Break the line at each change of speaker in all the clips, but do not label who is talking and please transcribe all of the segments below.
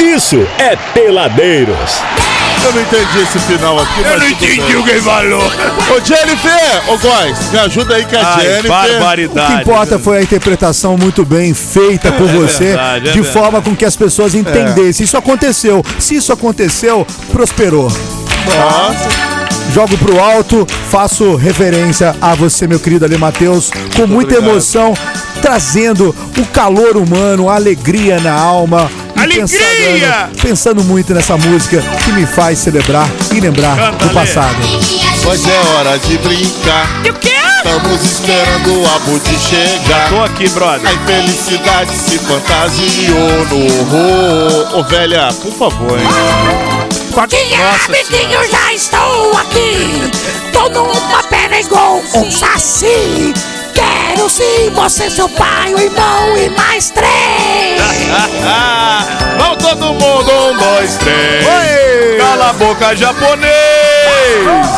isso é Peladeiros.
Eu não entendi esse final aqui, mas.
Eu não
tudo bem.
entendi o que ele falou.
Ô, Jennifer! Ô, Góis, me ajuda aí com a
Ai,
Jennifer.
O que
barbaridade.
importa foi a interpretação muito bem feita por você,
verdade, é
de
verdade. É.
forma com que as pessoas entendessem. Isso aconteceu. Se isso aconteceu, prosperou.
Nossa.
Jogo pro alto, faço referência a você, meu querido Ale Matheus, com muita
obrigado.
emoção, trazendo o calor humano, a alegria na alma. e
Alegria!
Pensando, pensando muito nessa música que me faz celebrar e lembrar
Canta,
do
Ale.
passado.
Pois é hora de brincar.
E o quê?
Estamos esperando o Abud chegar.
Tô aqui,
A
brother.
infelicidade se fantasiou no horror. Ô, velha, por favor, hein?
Que rapidinho já estou aqui. Tô numa pena igual um saci. Quero sim você, seu pai, o irmão e mais três.
Ah, vamos todo mundo, um, dois, três.
Oi! Cala a boca, japonês!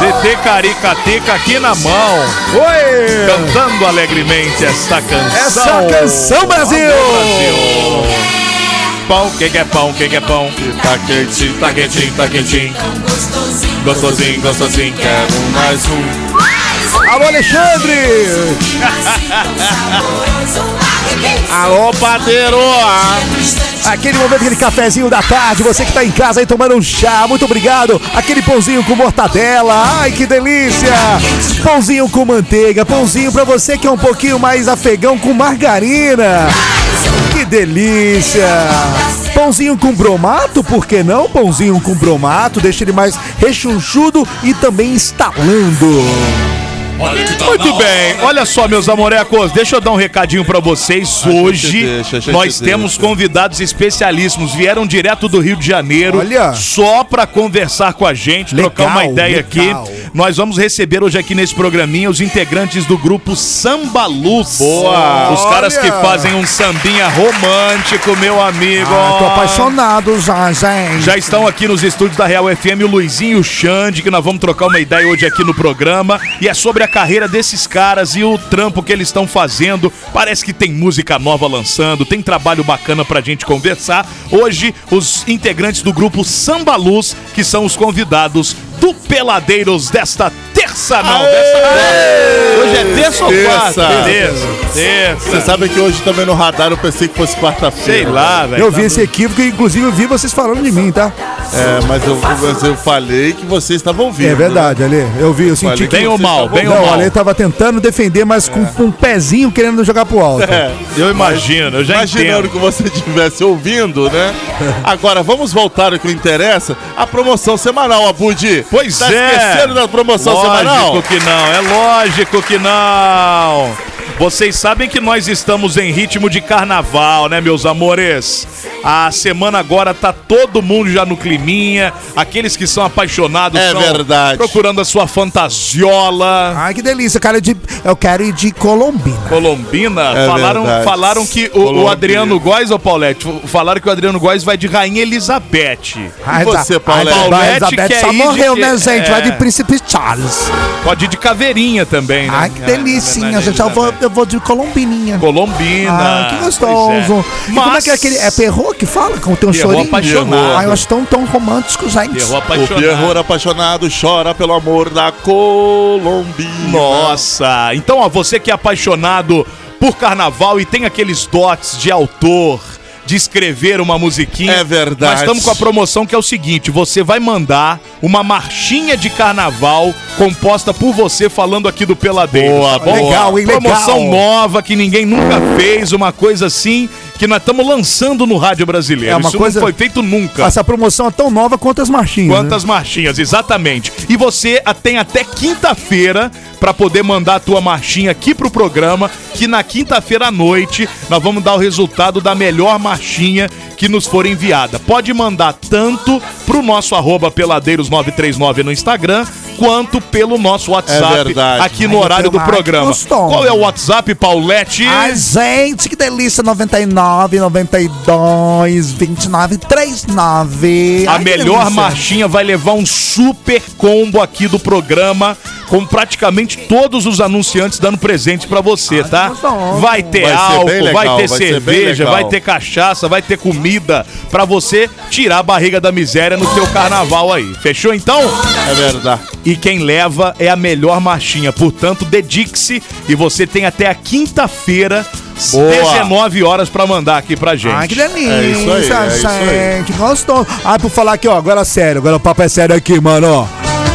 ET Caricateca aqui na mão. Oi! Cantando alegremente esta canção.
Essa canção, Brasil!
Brasil. Pão, que que é pão, que que é pão?
Tá quentinho,
Tá quentinho, tá quentinho. Gostosinho, gostosinho.
quero mais um.
Alô, Alexandre!
Alô, padeiro!
Aquele momento, aquele cafezinho da tarde, você que tá em casa aí tomando um chá, muito obrigado. Aquele pãozinho com mortadela, ai que delícia! Pãozinho com manteiga, pãozinho pra você que é um pouquinho mais afegão com margarina. Que delícia! Pãozinho com bromato, por que não? Pãozinho com bromato, deixa ele mais rechonchudo e também estalando.
Muito bem, olha só, meus amorecos, deixa eu dar um recadinho pra vocês. Hoje
deixa, a gente
nós
deixa.
temos convidados especialíssimos, vieram direto do Rio de Janeiro,
Olha.
só pra conversar com a gente, trocar
Legal,
uma ideia
legal.
aqui. Nós vamos receber hoje aqui nesse programinha os integrantes do grupo Samba Luz. Boa! Os caras
Olha.
que fazem um sambinha romântico, meu amigo.
Ah, tô apaixonado já, gente.
Já estão aqui nos estúdios da Real FM o Luizinho e o Xande, que nós vamos trocar uma ideia hoje aqui no programa. E é sobre a carreira desses caras e o trampo que eles estão fazendo. Parece que tem música nova lançando, tem trabalho bacana pra gente conversar. Hoje, os integrantes do grupo Samba Luz, que são os convidados do Peladeiros desta terça, não, desta Hoje é terça ou
Terça.
quarta? Beleza, terça.
Você sabe que hoje também no radar eu pensei que fosse
Sei
quarta-feira.
lá, velho.
Eu vi esse equívoco e inclusive eu vi vocês falando de mim, tá?
É, mas eu, mas eu falei que vocês estavam ouvindo.
É verdade, Ale. Eu vi, eu senti
Falei.
que.
Bem ou mal, bem ou
Não, o
mal.
Ale tava tentando defender, mas com com um pezinho querendo jogar pro alto.
É.
Eu imagino, eu já
Imaginando
entendo.
que você estivesse ouvindo, né? Agora, vamos voltar ao que interessa, a promoção semanal, Abudi.
Pois
tá
é.
esquecendo da promoção
lógico
semanal?
que não, é lógico que não. Vocês sabem que nós estamos em ritmo de carnaval, né, meus amores? A semana agora tá todo mundo já no climinha. Aqueles que são apaixonados
É
estão
verdade.
procurando a sua fantasiola.
Ai, que delícia, cara de. Eu quero ir de Colombina.
Colombina,
É
falaram,
verdade.
falaram que o, o
Colombina.
Adriano Góes, ô Paulette, falaram que o Adriano Góes vai de Rainha Elizabeth.
Ai,
você, Paulette?
Ai,
Paulette
Elizabeth
quer
só
ir de
morreu,
que-
né, gente? Vai
é.
de Príncipe Charles.
Pode ir de caveirinha também, né?
Ai, que
É,
delícia,
na verdade, é
gente. Eu vou,
Elizabeth.
eu vou de Colombininha.
Colombina.
Ah, que
Pois
gostoso.
é.
E
Mas...
como é que é aquele. É Perro que fala? Com o teu
Perrault
chorinho?
apaixonado.
Ah, eu acho tão, tão romântico, gente.
Perro
O Pierrot
apaixonado.
apaixonado chora pelo amor da Colombina.
Nossa. Então, ó, você que é apaixonado por carnaval e tem aqueles dotes de autor, de escrever uma musiquinha.
É verdade.
Nós estamos com a promoção que é o seguinte: você vai mandar uma marchinha de carnaval composta por você falando aqui do Peladeiro. Tá
Boa, boa.
Legal, hein?
Promoção
Legal.
nova que ninguém nunca fez, uma coisa assim que nós estamos lançando no rádio brasileiro.
É uma
Isso
coisa-
não foi feito nunca.
Essa promoção é tão nova quanto as marchinhas. né?
Quantas marchinhas, exatamente. E você a- tem até quinta-feira pra poder mandar a tua marchinha aqui pro programa, que na quinta-feira à noite nós vamos dar o resultado da melhor marchinha que nos for enviada. Pode mandar tanto pro nosso arroba peladeiros939 no Instagram, quanto pelo
É
nosso WhatsApp
verdade.
aqui no
Ai,
horário do
meu Marcos
programa.
Tom.
Qual é o WhatsApp, Paulette?
Ai, gente, que delícia! 99, 92, 29, 39.
A
Ai, que
melhor
delícia.
marchinha vai levar um super combo aqui do programa com praticamente todos os anunciantes dando presente pra você, tá? Vai ter
Vai ser
álcool,
bem legal,
vai ter
vai ser bem
cerveja,
legal.
vai ter cachaça, vai ter comida pra você tirar a barriga da miséria no seu carnaval aí. Fechou então?
É verdade.
E quem leva é a melhor marchinha. Portanto, dedique-se e você tem até a quinta-feira, às
Boa.
19 horas pra mandar aqui pra gente.
Ai, Ah, que delícia,
É isso aí, é isso aí.
gente. Gostoso. Ah, por falar aqui, ó, agora sério, agora o papo é sério aqui, mano, ó.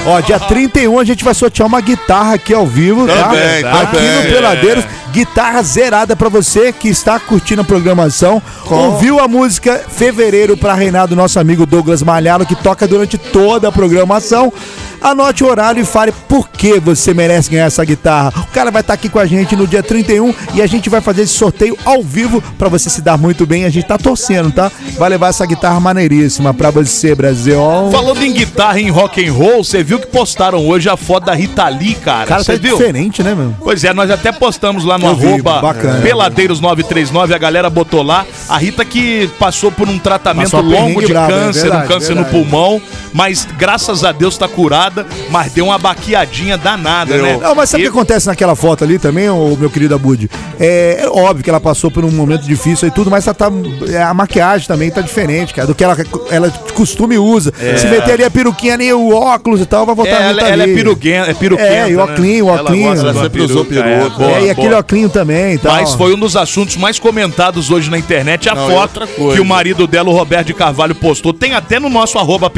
Ó,
Ah.
dia 31 a gente vai sortear uma guitarra aqui ao vivo, tá?
Também,
aqui
também.
no Peladeiros, guitarra zerada pra você que está curtindo a programação. Ouviu a música Fevereiro pra Reinar do nosso amigo Douglas Malharo, que toca durante toda a programação. Anote o horário e fale por que você merece ganhar essa guitarra. O cara vai estar aqui com a gente no dia 31 e a gente vai fazer esse sorteio ao vivo pra você se dar muito bem. A gente tá torcendo, tá? Vai levar essa guitarra maneiríssima pra você, Brasil.
Falando em guitarra e em rock and roll, você viu que postaram hoje a foto da Rita Lee, cara?
O cara
você
tá
viu?
diferente, né, meu?
Pois é, nós até postamos lá no
Eu vi,
arroba
bacana.
peladeiros939, a galera botou lá. A Rita que passou por um tratamento
Passou uma
longo
perrengue
de
brava, é
câncer, um
verdade,
câncer no
verdade.
pulmão, mas graças a Deus tá curada, mas deu uma baqueadinha danada, né?
Não, mas sabe o
E-
que acontece naquela foto ali também, ô, meu querido Abud? É, é óbvio que ela passou por um momento difícil e tudo, mas ela tá, é, a maquiagem também tá diferente, cara, do que ela, ela de costume usa. Se meter ali a peruquinha, nem o óculos e tal, vai
É,
voltar
ela, ela é piruquenta, é piruquenta.
É, e o
né?
oclinho, o
Ela
oclinho.
gosta
Ela
de uma
sempre usou
peruca,
peruca.
é. Boa,
é, e aquele
boa.
óculinho também e tal.
Mas foi um dos assuntos mais comentados hoje na internet, a
Então- Não, e
foto
outra coisa.
que o marido dela, o Roberto de Carvalho, postou. Tem até no nosso arroba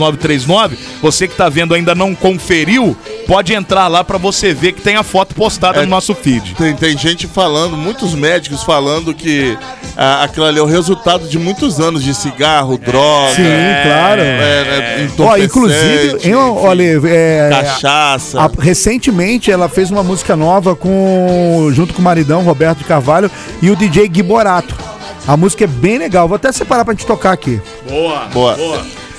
peladeiros939. Você que tá vendo ainda não conferiu, pode entrar lá pra você ver que tem a foto postada
É.
no nosso feed.
Tem, tem gente falando, muitos médicos falando que ah, aquilo ali é o resultado de muitos anos de cigarro, droga.
Sim, claro.
É, é,
Ó, inclusive,
entorpecente,
eu, olha, é,
Cachaça.
A- recentemente ela fez uma música nova com junto com o maridão Roberto de Carvalho e o DJ Gui Borato. A música é bem legal, vou até separar pra gente tocar aqui.
Boa.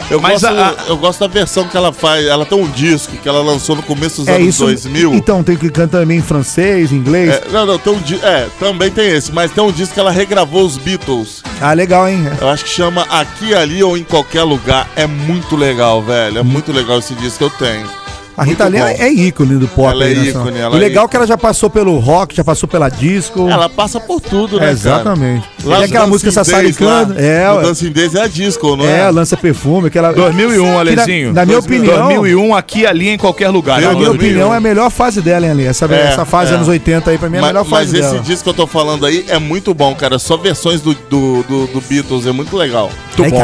Eu,
Mas
gosto,
a-
eu gosto da versão que ela faz. Ela tem um disco que ela lançou no começo dos
é
anos
isso.
2000.
Então, tem que cantar também em francês, em inglês.
É, não, não, tem um di- É, também tem esse, mas tem um disco que ela regravou os Beatles.
Ah, legal, hein?
Eu acho que chama Aqui, Ali ou em Qualquer Lugar. É muito legal, velho. É muito legal esse disco que eu tenho.
A Rita Lee
Muito bom.
é ícone do pop.
Ela é
aí, né, Sam?
ícone, ela
o
é
legal é
ícone.
que ela já passou pelo rock, já passou pela disco.
Ela passa por tudo, né?
É,
cara?
exatamente.
Lá
Tem
no
aquela
Dancing
música Sassari
Days, lá.
Clan. É,
No
ué.
Dancing Days é a disco, não é?
é, lança perfume, aquela.
2001,
Que na-
Alezinho.
Na minha opinião.
2001, aqui, ali, em qualquer lugar.
Na
Eu-
minha
2001.
opinião, é a melhor fase dela, hein, Ali? Essa,
É,
essa fase
é.
anos 80 aí, pra mim, é a
Ma-
melhor
mas
fase
esse
dela.
disco que eu tô falando aí é muito bom, cara. Só versões do, do, do- do Beatles, é muito legal.
Muito bom.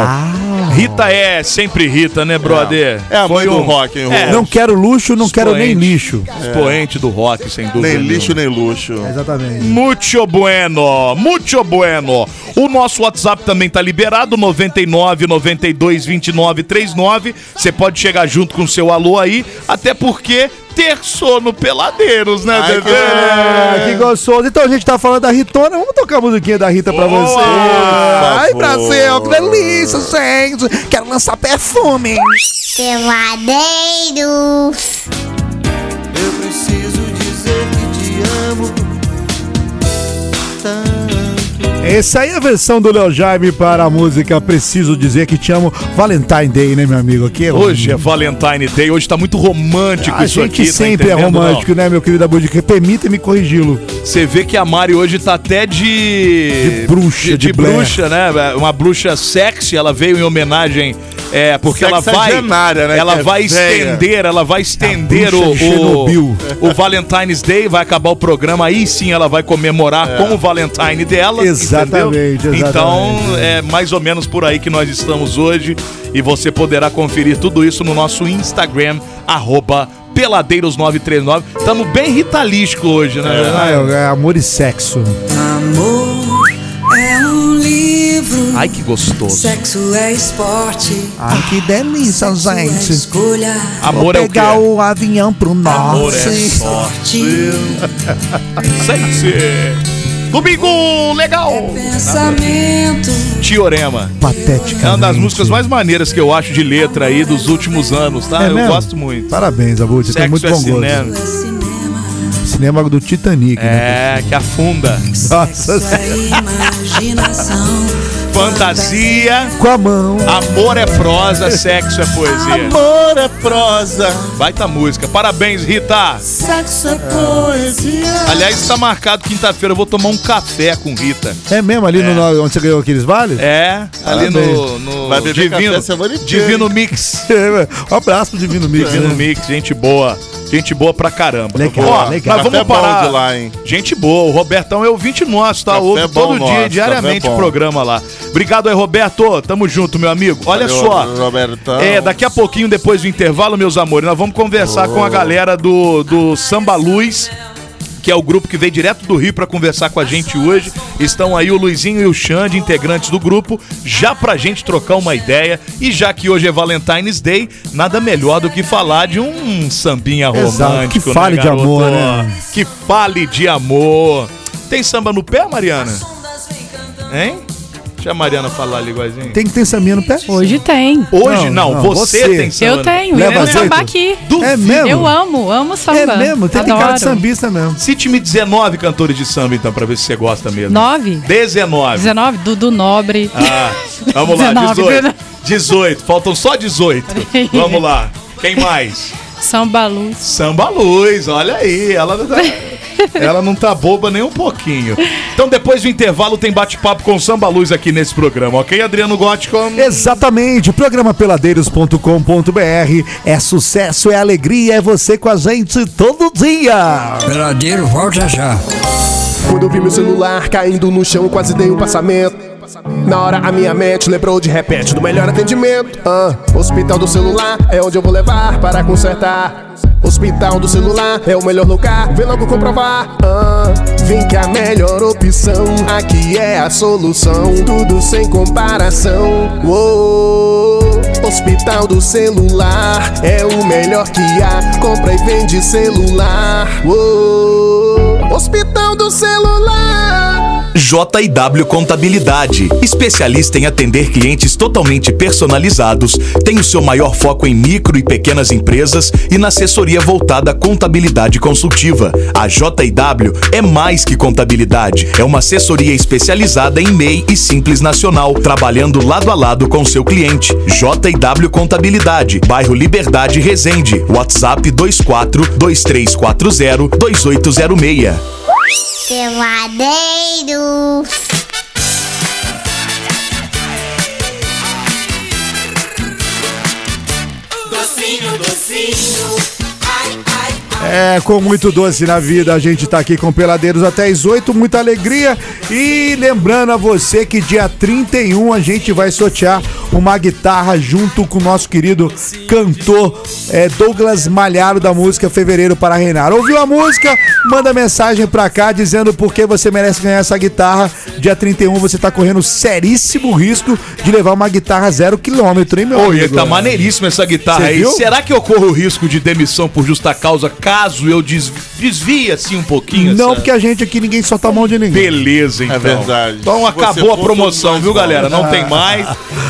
Rita é sempre Rita, né, brother?
um. É a mãe
Foi
do
um-
rock, hein,
É,
Rô?
Não quero luxo, não quero nem
expoente.
lixo.
Expoente do rock, sem dúvida.
É. Nem
nenhuma.
lixo, nem luxo.
Exatamente.
Muito bueno, muito bueno. O nosso WhatsApp também tá liberado, 99 92 29 39. Você pode chegar junto com o seu alô aí, até porque ter sono peladeiros, né,
Ai, que
bebê?
Ah, que gostoso. Então a gente tá falando da Ritona, vamos tocar a musiquinha da Rita pra
Boa,
você.
por
Ai,
favor.
Brasil, que delícia, gente. Quero lançar perfume.
Peladeiros.
Eu preciso dizer que te amo tanto.
Essa aí é a versão do Léo Jaime para a música Preciso Dizer Que Te Amo. Valentine Day, né, meu amigo? Aqui
Hoje é Valentine Day, hoje tá muito romântico
A
isso
gente
aqui. tá
sempre é
entendendo, não?
romântico, né, meu querido Abud? Permita-me corrigi-lo.
Você vê que a Mari hoje tá até de.
De bruxa,
de,
de Blair.
bruxa, né? Uma bruxa sexy, ela veio em homenagem. É, porque ela vai.
Sexagenária, né,
Ela
que é
vai
velha.
estender, ela vai estender
A bruxa
o.
de
O,
Chernobyl.
o Valentine's Day, vai acabar o programa, aí sim ela vai comemorar com o Valentine dela.
É. Exatamente,
entendeu? Então,
exatamente.
é mais ou menos por aí que nós estamos hoje. E você poderá conferir tudo isso no nosso Instagram, arroba peladeiros939. Estamos bem ritalístico hoje, né?
Ah, é amor e sexo.
Amor é um livro,
Ai, que gostoso.
sexo é esporte,
Ai, que delícia,
sexo é escolha.
Amor é o quê?
o avião pro
Amor é Sexy. Domingo, legal.
Pensamento,
Tiorema.
Patética.
É uma das músicas mais maneiras que eu acho de letra aí dos últimos anos, tá?
É
eu
mesmo?
gosto muito.
Parabéns, Abud. Você tem muito bom gosto.
cinema.
é cinema,
Cinema do Titanic. né?
É, que afunda.
Nossa
sexo é imaginação.
Fantasia,
com a mão.
amor é prosa, sexo é poesia.
Amor é prosa,
Baita música. Parabéns, Rita.
Sexo é
poesia.
Aliás, está marcado quinta-feira. Eu vou tomar um café com Rita.
É mesmo ali no no onde você ganhou aqueles vales?
É, ali no, no
Vai beber
Divino,
café semana inteira, É,
Divino Mix.
um abraço pro Divino Mix.
Divino
né?
Mix, gente boa. Gente boa pra caramba.
Legal,
Ó,
legal.
Mas
Café
vamos
é bom
parar.
de lá, hein?
Gente boa, o Robertão é ouvinte nosso, tá?
Café
Ouve
é bom
todo dia,
nosso,
diariamente
café é bom.
o programa lá. Obrigado aí, Roberto. Tamo junto, meu amigo. Olha
Valeu,
só.
Então.
Robertão.
É, daqui a pouquinho, depois do intervalo, meus amores, nós vamos conversar
Oh.
com a galera do, do Samba Luz. Que é o grupo que veio direto do Rio pra conversar com a gente hoje. Estão aí o Luizinho e o Xande, integrantes do grupo, já pra gente trocar uma ideia. E já que hoje é Valentine's Day, nada melhor do que falar de um sambinha
Exato,
romântico.
que fale de
garoto?
amor, né?
Que fale de amor. Tem samba no pé, Mariana? Hein? Deixa a Mariana falar ali igualzinho.
Tem que ter sambinha no pé?
Hoje tem.
Hoje
Não,
não,
não,
você,
você.
tem samba.
Eu
no-
tenho.
Leva
Leva
azeite?
sambar Tá aqui.
Duvido.
É mesmo?
Eu amo, amo samba.
É mesmo, tem, tem
Adoro.
cara de sambista mesmo.
Cite me 19 cantores de samba, então, pra ver se você gosta mesmo.
Nove?
19.
19, Dudu Nobre.
Ah, vamos lá,
19,
18.
né?
18, faltam só 18. Vamos lá. Quem mais?
Samba Luz.
Samba Luz, olha aí. Ela não tá, ela não tá boba nem um pouquinho. Então, depois do intervalo, tem bate-papo com o Samba Luz aqui nesse programa, ok, Adriano Gótico?
Exatamente, programa peladeiros.com.br é sucesso, é alegria, é você com a gente todo dia.
Peladeiro, volta já.
Quando eu vi meu celular caindo no chão, quase dei um passamento. Na hora a minha mente lembrou de repente do melhor atendimento. Ah, hospital do celular é onde eu vou levar para consertar. Hospital do celular é o melhor lugar, vem logo comprovar. Ah, vem que a melhor opção aqui é a solução, tudo sem comparação. Uou, hospital do celular é o melhor que há, compra e vende celular. Uou, hospital do celular.
JW Contabilidade, especialista em atender clientes totalmente personalizados, tem o seu maior foco em micro e pequenas empresas e na assessoria voltada à contabilidade consultiva. A JW é mais que contabilidade, é uma assessoria especializada em MEI e Simples Nacional, trabalhando lado a lado com seu cliente. JW Contabilidade, bairro Liberdade Resende, WhatsApp 24 2340 2806.
Peladeiro.
É, com muito doce na vida, a gente tá aqui com Peladeiros até as 8, muita alegria. E lembrando a você que dia 31 a gente vai sortear uma guitarra junto com o nosso querido cantor é, Douglas Malharo da música Fevereiro para Reinar. Ouviu a música? Manda mensagem pra cá dizendo por que você merece ganhar essa guitarra. Dia 31 você tá correndo seríssimo risco de levar uma guitarra zero quilômetro, hein, meu
Ô,
amigo?
Ian, tá maneiríssima essa guitarra
Cê
aí.
viu?
Será que eu corro o risco de demissão por justa causa caso eu des- desvie assim um pouquinho?
Não,
essa-
porque a gente aqui ninguém solta a mão de ninguém.
Beleza, então.
É verdade.
Então
Se você
acabou a
for,
promoção,
tudo
viu,
mais
galera? Não
bom.
tem mais.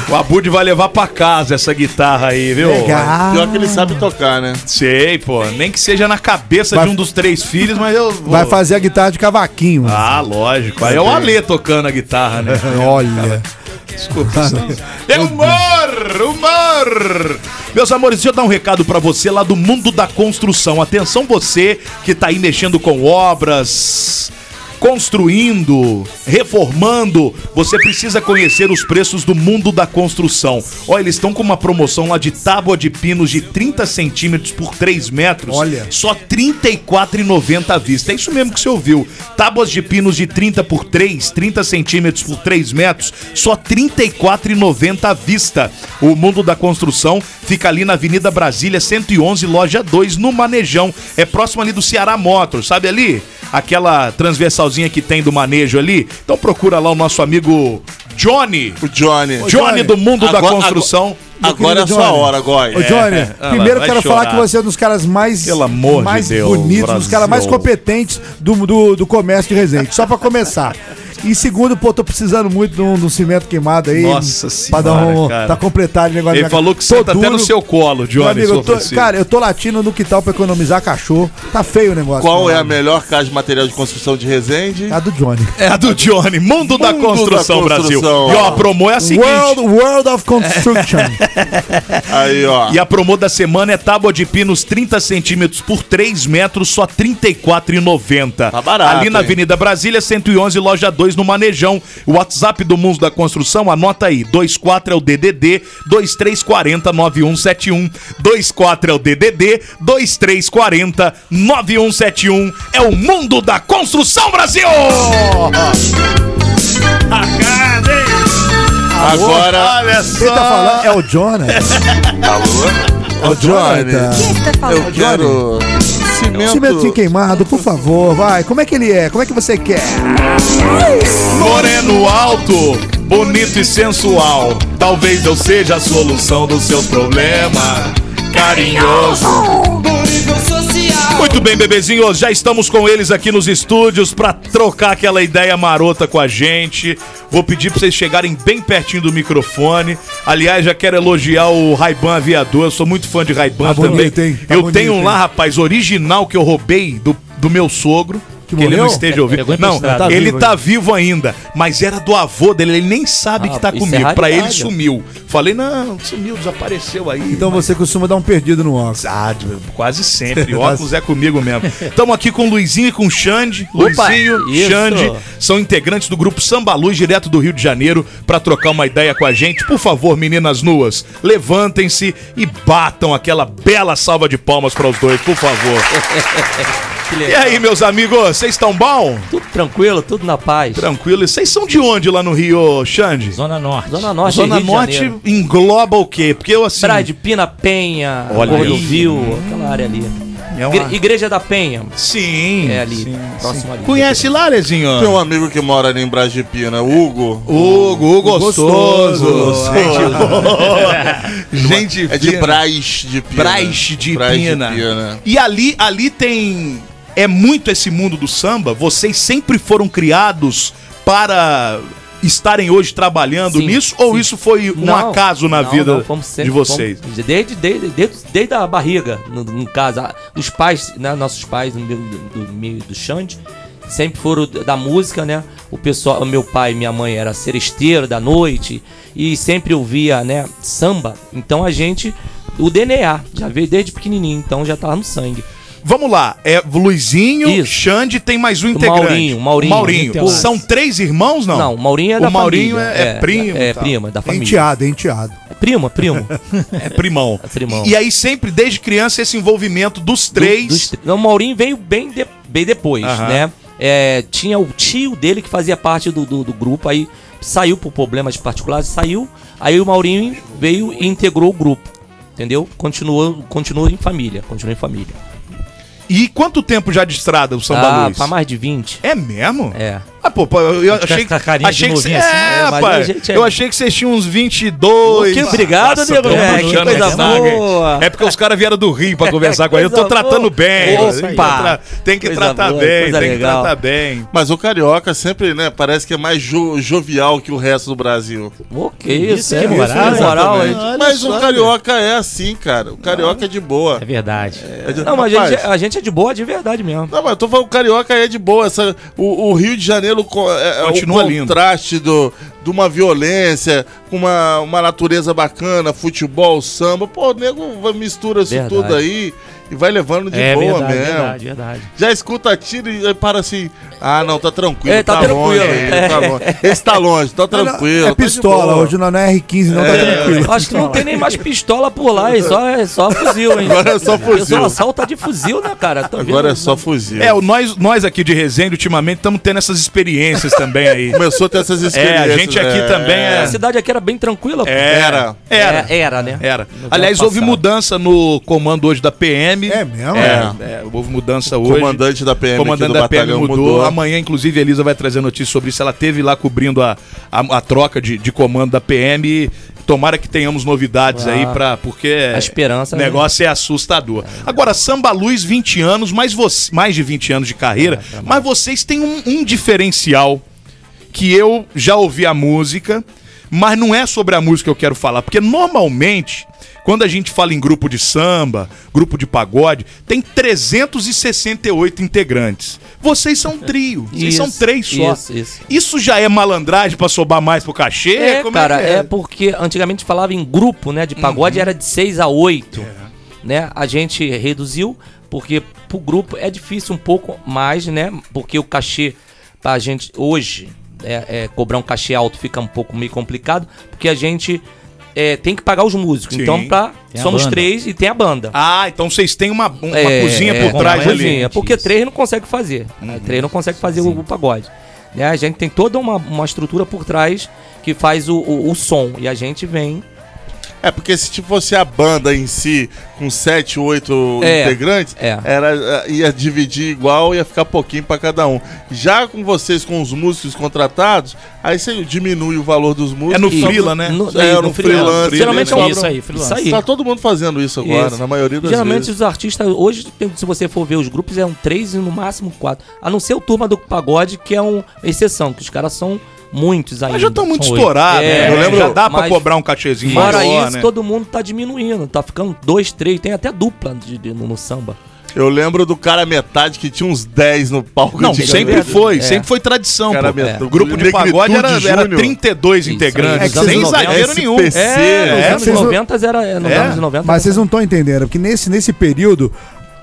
O Abud vai levar pra casa essa guitarra aí, viu?
Legal.
Pior que ele sabe tocar, né?
Sei, pô. Nem que seja na cabeça
Vai-
de um dos três filhos, mas eu vou...
Vai fazer a guitarra de cavaquinho.
Ah, lógico. Aí é o Alê tocando a guitarra, né?
Olha.
Desculpa. É humor! Humor! Meus amores, deixa eu dar um recado pra você lá do mundo da construção. Atenção, você que tá aí mexendo com obras. Construindo, reformando, você precisa conhecer os preços do mundo da construção. Ó, eles estão com uma promoção lá de tábua de pinos de 30 centímetros por 3 metros.
Olha.
Só R$ 34,90 à vista. É isso mesmo que você ouviu. Tábuas de pinos de 30 por 3, 30 centímetros por 3 metros, só R$ 34,90 à vista. O Mundo da Construção fica ali na Avenida Brasília 111, loja 2, no Manejão. É próximo ali do Ceará Motors, sabe ali? Aquela transversalzinha que tem do manejo ali. Então procura lá o nosso amigo Johnny.
O Johnny.
Johnny do Mundo da
Agora-
Construção.
Meu
Agora é a
querido
sua
Johnny.
hora, Goy.
Ô, Johnny,
É. Ah,
primeiro
vai
quero falar
chorar.
que você é um dos caras mais,
Pelo amor de
mais
Deus,
bonitos, um dos caras mais
Brasil.
competentes do, do, do comércio de Resende. Só pra começar. E segundo, pô, tô precisando muito de um, de um cimento queimado aí.
Nossa
Pra
senhora,
dar um.
cara.
Pra completar o negócio
Ele
da minha
falou que
casa. Tô
senta até no
duro.
seu colo,
Meu
Johnny.
amigo, eu
seu
tô-
Recife.
cara, eu tô latindo no quintal pra economizar cachorro. Tá feio o negócio.
Qual
meu
é a
amigo.
melhor casa de material de construção de Resende?
A do Johnny.
É a do Johnny, Mundo, da,
Mundo da
construção, Brasil.
Construção.
E ó, a promo é a seguinte.
World, World of Construction.
Aí, ó.
E a promo da semana é tábua de pinos 30 centímetros por 3 metros, só R$ 34,90.
Tá barato,
Ali na
hein?
Avenida Brasília, 111, loja 2, no Manejão. O WhatsApp do Mundo da Construção, anota aí, 24 é o DDD, 2340-9171. 24 é o DDD, 2340-9171. É o Mundo da Construção, Brasil!
Agora.
Olha
Quem tá
só!
falando? É o Johnny. Alô? É o Johnny.
Quem é que tá falando?
Eu quero.
Cimentinho
Cimento.
queimado, por favor, vai. Como é que ele é? Como é que você quer?
Moreno alto, bonito e sensual. Talvez eu seja a solução dos seus problemas. Carinhoso. Muito bem, bebezinhos, já estamos com eles aqui nos estúdios pra trocar aquela ideia marota com a gente. Vou pedir pra vocês chegarem bem pertinho do microfone. Aliás, já quero elogiar o Ray-Ban Aviador, eu sou muito fã de Ray-Ban
Tá
também.
bonito, hein? Tá
eu
bonito,
tenho um lá,
hein?
rapaz, original que eu roubei do, do meu sogro. Que, ele não
morreu?
esteja ouvindo. Não,
emprestado. Tá
ele
vivo
tá tá vivo ainda, mas era do avô dele, ele nem sabe que tá
isso é
comigo. pra ele
raridade.
sumiu. Falei, não, sumiu, desapareceu aí.
Então você costuma dar um perdido no óculos.
Ah, quase sempre. Óculos é comigo mesmo. Estamos aqui com o Luizinho e com o Xande. Luizinho,
isso.
Xande são integrantes do grupo Samba Luz, direto do Rio de Janeiro, para trocar uma ideia com a gente. Por favor, meninas nuas, levantem-se e batam aquela bela salva de palmas para os dois, por favor.
Que
E
legal.
aí, meus amigos, vocês estão bom?
Tudo tranquilo, tudo na paz.
Tranquilo. E vocês são de onde lá no Rio, Xande?
Zona Norte. Zona Norte,
Zona
Rio de
Norte
Janeiro.
engloba o quê? Porque eu assim.
Praia de Pina Penha,
Olha
Cordovil, aquela área ali.
É uma-
Igre- Igreja da Penha.
Sim.
É ali,
sim,
próximo
sim.
ali.
Conhece lá, Lezinho?
Tem um amigo que mora ali em Brasipina, Hugo.
Hugo, o gostoso.
Gostoso.
Gente boa. Gente
É de
fina.
Braz de Pina.
Braz de
Braz
Pina. E ali, ali tem. É muito esse mundo do samba. Vocês sempre foram criados para estarem hoje trabalhando
Sim,
nisso? Ou
sim.
isso foi um
Não,
acaso na
não,
vida
não, fomos sempre-
de vocês?
fomos- desde, desde, desde, desde a barriga, no, no caso. a- Os pais, né, nossos pais, no meu- do, do, meu e do Xande, sempre foram d- da música, né? O pessoal, o meu pai e minha mãe era seresteiro da noite e sempre ouvia, né, samba. Então a gente, o DNA, já veio desde pequenininho, então já tá lá no sangue.
Vamos lá, é Luizinho,
Isso.
Xande tem mais um integrante.
Maurinho, Maurinho. Então,
São três irmãos, não?
Não, o Maurinho é
O
da
Maurinho
família.
é- é primo
É,
e tal.
prima, da família.
Enteado, enteado.
É prima, primo.
É primão.
É primão.
E aí sempre, desde criança, esse envolvimento dos três.
Do- dos tre- Não, o Maurinho veio bem, de- bem depois,
Aham.
né? É, tinha o tio dele que fazia parte do, do, do grupo, aí saiu por problemas particulares, saiu. Aí o Maurinho veio e integrou o grupo. Entendeu? Continuou, continuou em família. Continuou em família.
E quanto tempo já de estrada o Samba
ah,
Luz?
pra mais de 20.
É mesmo?
É.
Ah, pô, pô, eu eu achei,
Com a carinha de
achei que
novinho
cê-
assim, né?
É,
Mas
pai,
a gente é-
Eu achei que vocês tinham uns 22.
Que obrigado,
Nossa,
nego.
tô
É,
brincando,
que coisa
é saga, hein?
boa.
É porque os caras vieram do Rio pra conversar com ele. Eu tô
Coisa
tratando
boa.
bem.
Opa.
Tem que tra- Tem que
Coisa
tratar
boa,
bem,
coisa
tem que
legal.
tratar bem.
Mas o carioca sempre, né, parece que é mais jo- jovial que o resto do Brasil.
Ô, que isso, é,
Isso,
moral,
exatamente.
moral, hein?
Mas o carioca é assim, cara. O carioca é de boa.
É verdade.
É de-
Não, mas a
Rapaz,
gente, a gente é de boa de verdade mesmo.
Não, mas eu tô falando, o carioca é de boa. Essa, o, o Rio de Janeiro co- é, é
Continua
o
lindo.
contraste do, de uma violência, com uma, uma natureza bacana, futebol, samba. Pô, o nego vai- mistura isso
Verdade. É
tudo aí e vai levando de boa mesmo.
verdade.
Já escuta tiro e aí para assim. Ah, não, tá tranquilo.
É, tá
longe,
tranquilo.
ele tá longe. Esse tá longe, tá tranquilo.
é pistola, hoje não não é R15, não tá tranquilo.
Acho que não tem nem mais pistola por lá, é só, é só fuzil, hein?
Agora é só fuzil.
O pessoal assalta de fuzil, né, cara? Tô
Agora é
vendo-
só fuzil.
É, o- nós, nós aqui de Resende, ultimamente, estamos tendo essas experiências também aí.
Começou a ter essas
É,
experiências.
a gente aqui
né?
também
A
é.
cidade aqui era bem tranquila, pô.
Era.
Era.
É, era, né?
Era.
No
Aliás,
ano
houve
passado.
mudança no comando hoje da PM.
É mesmo?
É, é, houve mudança hoje.
Comandante da PM aqui
Comandante
do
da PM
batalhão
mudou.
mudou.
Amanhã, inclusive, a Elisa vai trazer notícia sobre isso. Ela teve lá cobrindo a, a, a troca de, de comando da PM. e Tomara que tenhamos novidades aí para porque
Ah. A esperança,
o
né?
negócio é assustador. Agora Samba Luz 20 anos, mais você, mais de 20 anos de carreira, mas vocês têm um, um diferencial que eu já ouvi a música, mas não é sobre a música que eu quero falar, porque normalmente, quando a gente fala em grupo de samba, grupo de pagode, tem 368 integrantes. Vocês são um trio, vocês
Isso,
são três só.
isso, isso.
já é malandragem pra sobar mais pro cachê?
É,
Como
cara,
que Uhum.
é? porque antigamente falava em grupo, né? De pagode era de 6 a 8.
É.
Né? A gente reduziu, porque pro grupo é difícil um pouco mais, né? Porque o cachê pra gente hoje, é, é, cobrar um cachê alto fica um pouco meio complicado, porque a gente é, tem que pagar os músicos.
Sim.
Então, pra,
Tem a
somos
banda.
três e tem a banda.
Ah, então vocês têm uma, um- uma
É,
cozinha
é,
por trás
uma
ali.
cozinha, porque três não consegue fazer.
Uhum.
Né? Três não consegue fazer o, o pagode. Né? A gente tem toda uma, uma estrutura por trás que faz o, o, o som. E a gente vem.
É, porque se tipo, fosse a banda em si, com 7, 8
É,
integrantes, Era, eh, ia dividir igual, ia ficar pouquinho pra cada um. Já com vocês, com os músicos contratados, aí você diminui o valor dos músicos.
É no
Só-
freela, né?
No,
No-
é,
isso,
no
no freela.
freelance.
Geralmente
né?
é isso aí, freelance.
Tá todo mundo fazendo isso agora,
um Isso.
na maioria das
Geralmente
vezes.
os artistas, hoje, tem- se você for ver os grupos, é um três e no máximo quatro. A não ser o Turma do Pagode, que é um exceção, que os caras são muitos ainda.
Mas já estão muito
são oito.
estourados,
É,
né? Eu lembro, já dá pra
mas
cobrar um cachezinho
Fora
maior,
isso,
né?
todo mundo tá diminuindo, tá ficando dois, três, tem até dupla de- de- no, no samba.
Eu lembro do cara metade que tinha uns 10 no palco.
Não,
antigamente.
né?
sempre
É.
foi, sempre foi tradição.
Cara,
pô.
metade-
O grupo de
Negritude
pagode era, era
Júnior.
32 integrantes,
É que
sem
vocês não-
exagero
SPC,
nenhum.
né?
nos
É,
anos 90 era. é, Nos
É.
anos 90
Mas vocês não estão entendendo, porque nesse, nesse período,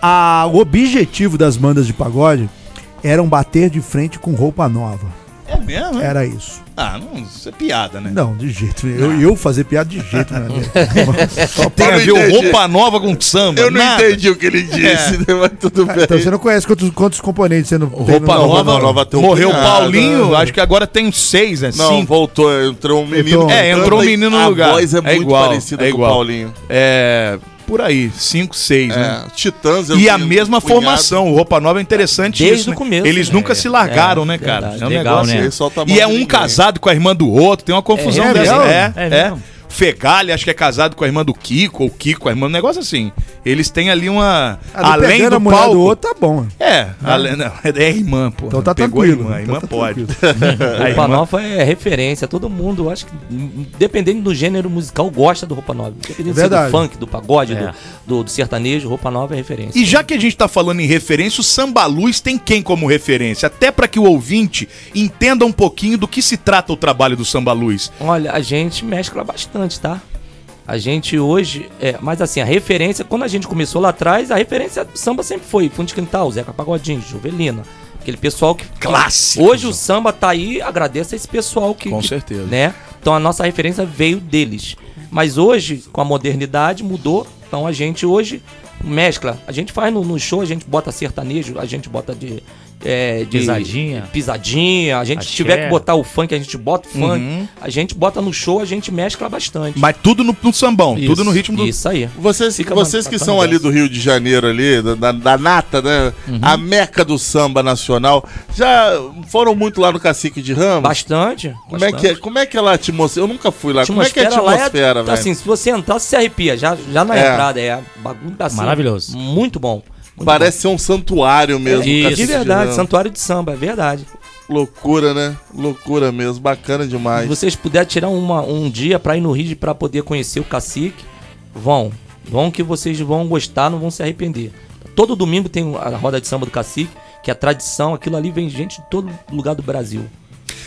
a- o objetivo das bandas de pagode eram bater de frente com roupa nova.
É mesmo? né?
Era isso.
Ah, não, isso é piada, né?
Não, de jeito nenhum. Eu, eu fazer piada de jeito nenhum.
Só tem a ver o roupa nova com samba.
Eu não
entendi o que
É.
ele disse, né? mas tudo
Ah,
bem.
Então você não conhece quantos, quantos componentes você não tem no-
Roupa nova,
tem um
morreu o
punhado,
Paulinho,
né?
acho que agora tem seis, né?
Não,
Cinco.
voltou, entrou um menino.
Entrou- É, entrou um
e
menino no
a
lugar.
A voz é, muito
igual,
parecida
é
com o
igual.
Paulinho.
É, por aí, 5,
É.
6, né?
Titãs eu
E a
vi um
mesma
punhado.
formação, o Roupa Nova é interessante
Desde
isso,
o
né?
começo,
Eles
né?
nunca se largaram, né, cara?
verdade.
é um
Legal,
negócio.
né? Ele solta a mão
E é
de
um
ninguém.
casado com a irmã do outro, tem uma confusão
É
dessa.
mesmo?
É,
É
é.
mesmo?
Fegali, acho que é casado com a irmã do Kiko, ou Kiko, a irmã, um negócio assim. Eles têm ali uma.
Ah, do
além
pegando
do
a mulher
palco.
do outro, tá bom.
É, além, não, é a irmã, pô.
Então tá
Pegou
tranquilo,
A irmã, a irmã
então tá
pode.
Roupa
A irmã-
Nova é referência, todo mundo, eu acho que, in- dependendo do gênero musical, gosta do Roupa Nova. Dependendo se é do
Verdade.
funk, do pagode,
É.
do, do- do sertanejo, Roupa Nova é referência.
E já que a gente tá falando em referência, o Samba Luz tem quem como referência? Até para que o ouvinte entenda um pouquinho do que se trata o trabalho do Samba Luz.
Olha, a gente mescla bastante, tá? A gente hoje, é, mas assim, a referência, quando a gente começou lá atrás, a referência do samba sempre foi Fundo de Quintal, Zeca Pagodinho, Juvelina. Aquele pessoal que.
Clássico!
Hoje o samba tá aí, agradeço a esse pessoal que.
Com
que-
certeza.
né? Então a nossa referência veio deles. Mas hoje, com a modernidade, mudou. Então a gente hoje mescla. A gente faz no, no show, a gente bota sertanejo, a gente bota de. é, de-
Pisadinha.
Pisadinha. A gente
Axé.
tiver que botar o funk, a gente bota o funk.
Uhum.
A gente bota no show, a gente mescla bastante.
Mas tudo no, no sambão, tudo no ritmo do.
Isso aí.
Vocês,
Fica
vocês que
bacana
são ali
dessa.
do Rio de Janeiro, ali, da, da- da nata, né?
Uhum.
A meca do samba nacional. Já foram muito lá no Cacique de Ramos?
Bastante.
Como, É, que é, como é que é lá a atmosfera? Eu nunca fui lá. Como é que é a
Atmosfera lá é-
atmosfera, velho?
Assim, se você entrar, você se arrepia. Já, já na
É.
entrada, é bagulho assim.
Maravilhoso.
Muito bom. muito
Parece
bom.
ser um santuário mesmo.
É,
Cacique
de verdade,
Ramos.
santuário de samba, é verdade.
Loucura, né? Loucura mesmo. Bacana demais.
Se vocês puderem tirar uma- um dia pra ir no Rio pra poder conhecer o cacique, vão. Vão que vocês vão gostar, não vão se arrepender. Todo domingo tem a roda de samba do cacique, que é a tradição, aquilo ali vem gente de todo lugar do Brasil.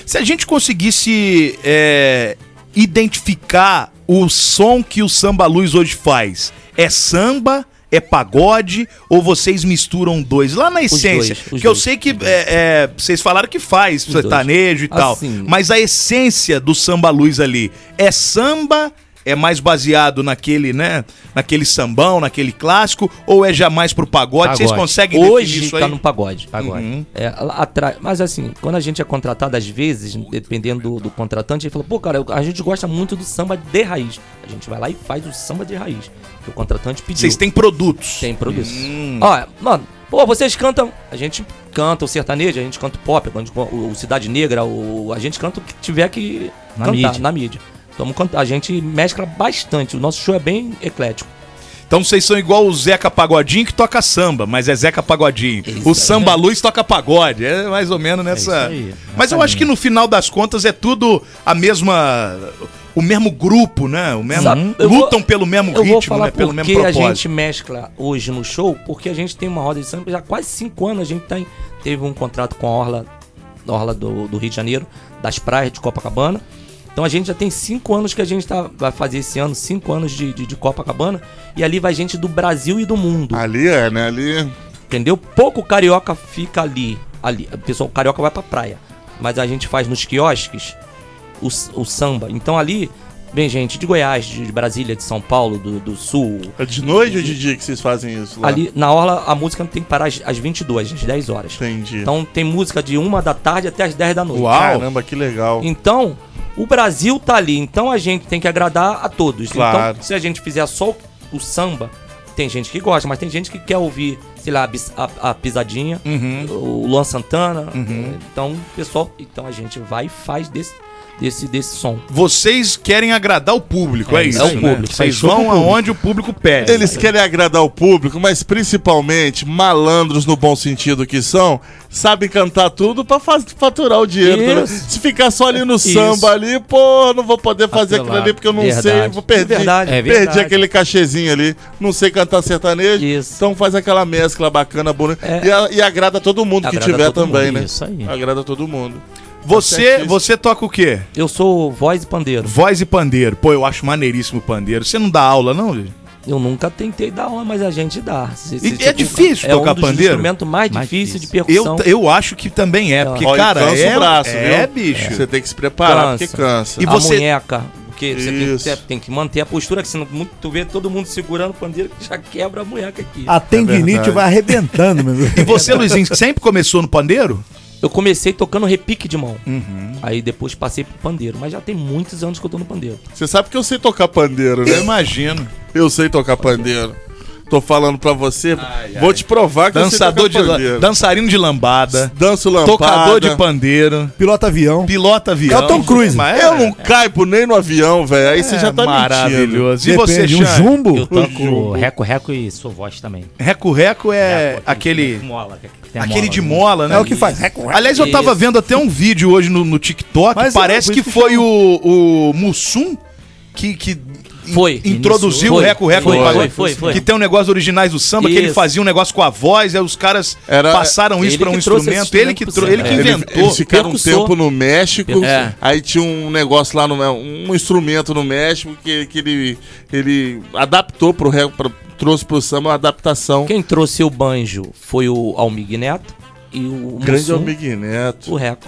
Se a gente conseguisse é, identificar o som que o Samba Luz hoje faz, é samba? É pagode ou vocês misturam dois? Lá na essência,
dois, os
porque eu
dois,
sei que é, é, vocês falaram que faz
dois.
sertanejo e tal,
Assim.
mas a essência do samba luz ali é samba, é mais baseado naquele, né, naquele sambão, naquele clássico, ou é jamais pro pagode? Vocês
Pagode.
conseguem
Hoje
definir isso
tá
aí?
no pagode.
Pagode.
É, lá atrás- mas assim, quando a gente é contratado, às vezes, dependendo do, do contratante, ele fala, pô, cara, eu- a gente gosta muito do samba de raiz. A gente vai lá e faz o samba de raiz. Que o contratante pediu.
Vocês têm Hum. produtos.
Tem produtos. Olha, mano, pô, vocês cantam. A gente canta o sertanejo, a gente canta o pop, a gente, o, o Cidade Negra, o, a gente canta o que tiver que
Na
cantar
mídia.
na mídia. Então, a gente mescla bastante. O nosso show é bem eclético.
Então vocês são igual o Zeca Pagodinho que toca samba, mas é Zeca Pagodinho.
é
O Samba Luz toca pagode. É mais ou menos nessa. mas eu acho que no final das contas é tudo a mesma. O mesmo grupo, né? O mesmo,
Sabe, eu vou-
lutam pelo mesmo
eu
ritmo,
vou falar
né? Pelo mesmo
porque a
propósito.
gente mescla hoje no show, porque a gente tem uma roda de samba já há quase cinco anos. A gente tem, teve um contrato com a Orla, da Orla do, do Rio de Janeiro, das praias de Copacabana. Então a gente já tem cinco anos que a gente tá, vai fazer esse ano, cinco anos de, de, de Copacabana, e ali vai gente do Brasil e do mundo.
Ali é, né? Ali.
Entendeu? Pouco carioca fica ali. ali. O pessoal carioca vai pra praia. Mas a gente faz nos quiosques o, s- o samba. Então ali vem gente de Goiás, de Brasília, de São Paulo, do, do Sul.
É de noite ou de dia que vocês fazem isso? lá?
Ali na orla a música tem que parar às às 22, às 10 horas. Entendi. Então tem música de 1 da tarde até às 10 da noite.
Uau! Caramba, que legal.
Então, o Brasil tá ali, então a gente tem que agradar a todos.
Claro.
Então, se a gente fizer só o, o samba, tem gente que gosta, mas tem gente que quer ouvir, sei lá, a bis- a, a pisadinha,
Uhum.
o Luan Santana. Então, pessoal, então a gente vai e faz desse, desse, desse som.
Vocês querem agradar o público, é,
É
isso.
isso, é o
né?
público.
Vocês
Faz tudo
vão
pro público.
aonde o público pede.
Eles querem agradar o público, mas principalmente malandros no bom sentido que são, sabem cantar tudo pra fa- faturar o dinheiro.
Isso.
né? Se ficar só ali no
Isso.
samba ali, pô, não vou poder fazer
Atrelado.
aquilo ali porque eu não
Verdade.
sei, vou perder.
É verdade. É
Perdi
verdade.
aquele cachezinho ali, não sei cantar sertanejo. Então faz aquela mescla bacana, bonita. E, a- e agrada todo mundo que
É. Agrada
tiver
todo
também,
mundo,
né?
isso aí.
É.
Agrada todo mundo.
Tá
Você, você toca o quê?
Eu sou voz e pandeiro.
Voz e pandeiro. Pô, eu acho maneiríssimo o pandeiro. Você não dá aula, não, gente?
Eu nunca tentei dar aula, mas a gente dá. Se- se-
E
se-
é difícil
é um
tocar
dos
pandeiro?
instrumentos mais,
Mais
difíceis de
Eu,
percussão.
eu acho que também é, porque,
Ó, e
cara,
cansa
é,
o braço,
é,
viu?
bicho.
Você tem que se preparar, porque cansa.
E
E
a
você-
munheca, porque você tem, que
Isso.
ter- tem que manter a postura, que senão muito- tu vê todo mundo segurando o pandeiro que já quebra a munheca aqui.
A tendinite vai arrebentando, meu
E você, Luizinho, sempre começou no pandeiro?
Eu comecei tocando repique de mão.
Uhum.
Aí depois passei pro pandeiro, mas já tem muitos anos que eu tô no pandeiro.
Você sabe que eu sei tocar pandeiro, né?
Eu imagino.
Eu sei tocar pandeiro. Tô falando pra você, vou te provar que
Dançador
eu
de
sei tocar
la-
pandeiro.
dançarino de lambada,
né? Danço lampada.
tocador de pandeiro,
Pilota avião.
pilota avião.
É o Tom Cruise.
Mas é-
Eu não caibo nem no avião, velho. Aí você
é
já tá
maravilhoso. E
mentindo.
você,
Depende, um
Xande?
jumbo?
Eu toco reco-reco e sou voz também.
Reco-reco é aquele.
Mola. que- que tem a
Aquele
mola,
de
né?
mola, né?
É o que faz.
Aliás, eu tava
Isso.
vendo até um vídeo hoje no, no TikTok.
Mas é,
parece
por
que
isso que
foi o, o Mussum que, que in-
Foi.
introduziu
Iniciou.
o Reco Reco.
Foi,
no
foi,
pagode.
foi, foi.
Que tem um negócio originais do samba, que ele
Isso.
fazia um negócio com a voz, aí os caras
Era-
passaram isso
ele
pra um
que trouxe esse
instrumento. Ele que,
instrumento pro
trou- ele que
samba.
Ele-
inventou.
Eles ficaram um
percussor.
tempo no México,
É.
aí tinha um negócio lá, no, um instrumento no México que, que ele, ele adaptou pro ré, pra- trouxe pro samba uma adaptação.
Quem trouxe o banjo foi o Almig Neto e o
Grande
Mussum,
Almig Neto.
o Reco.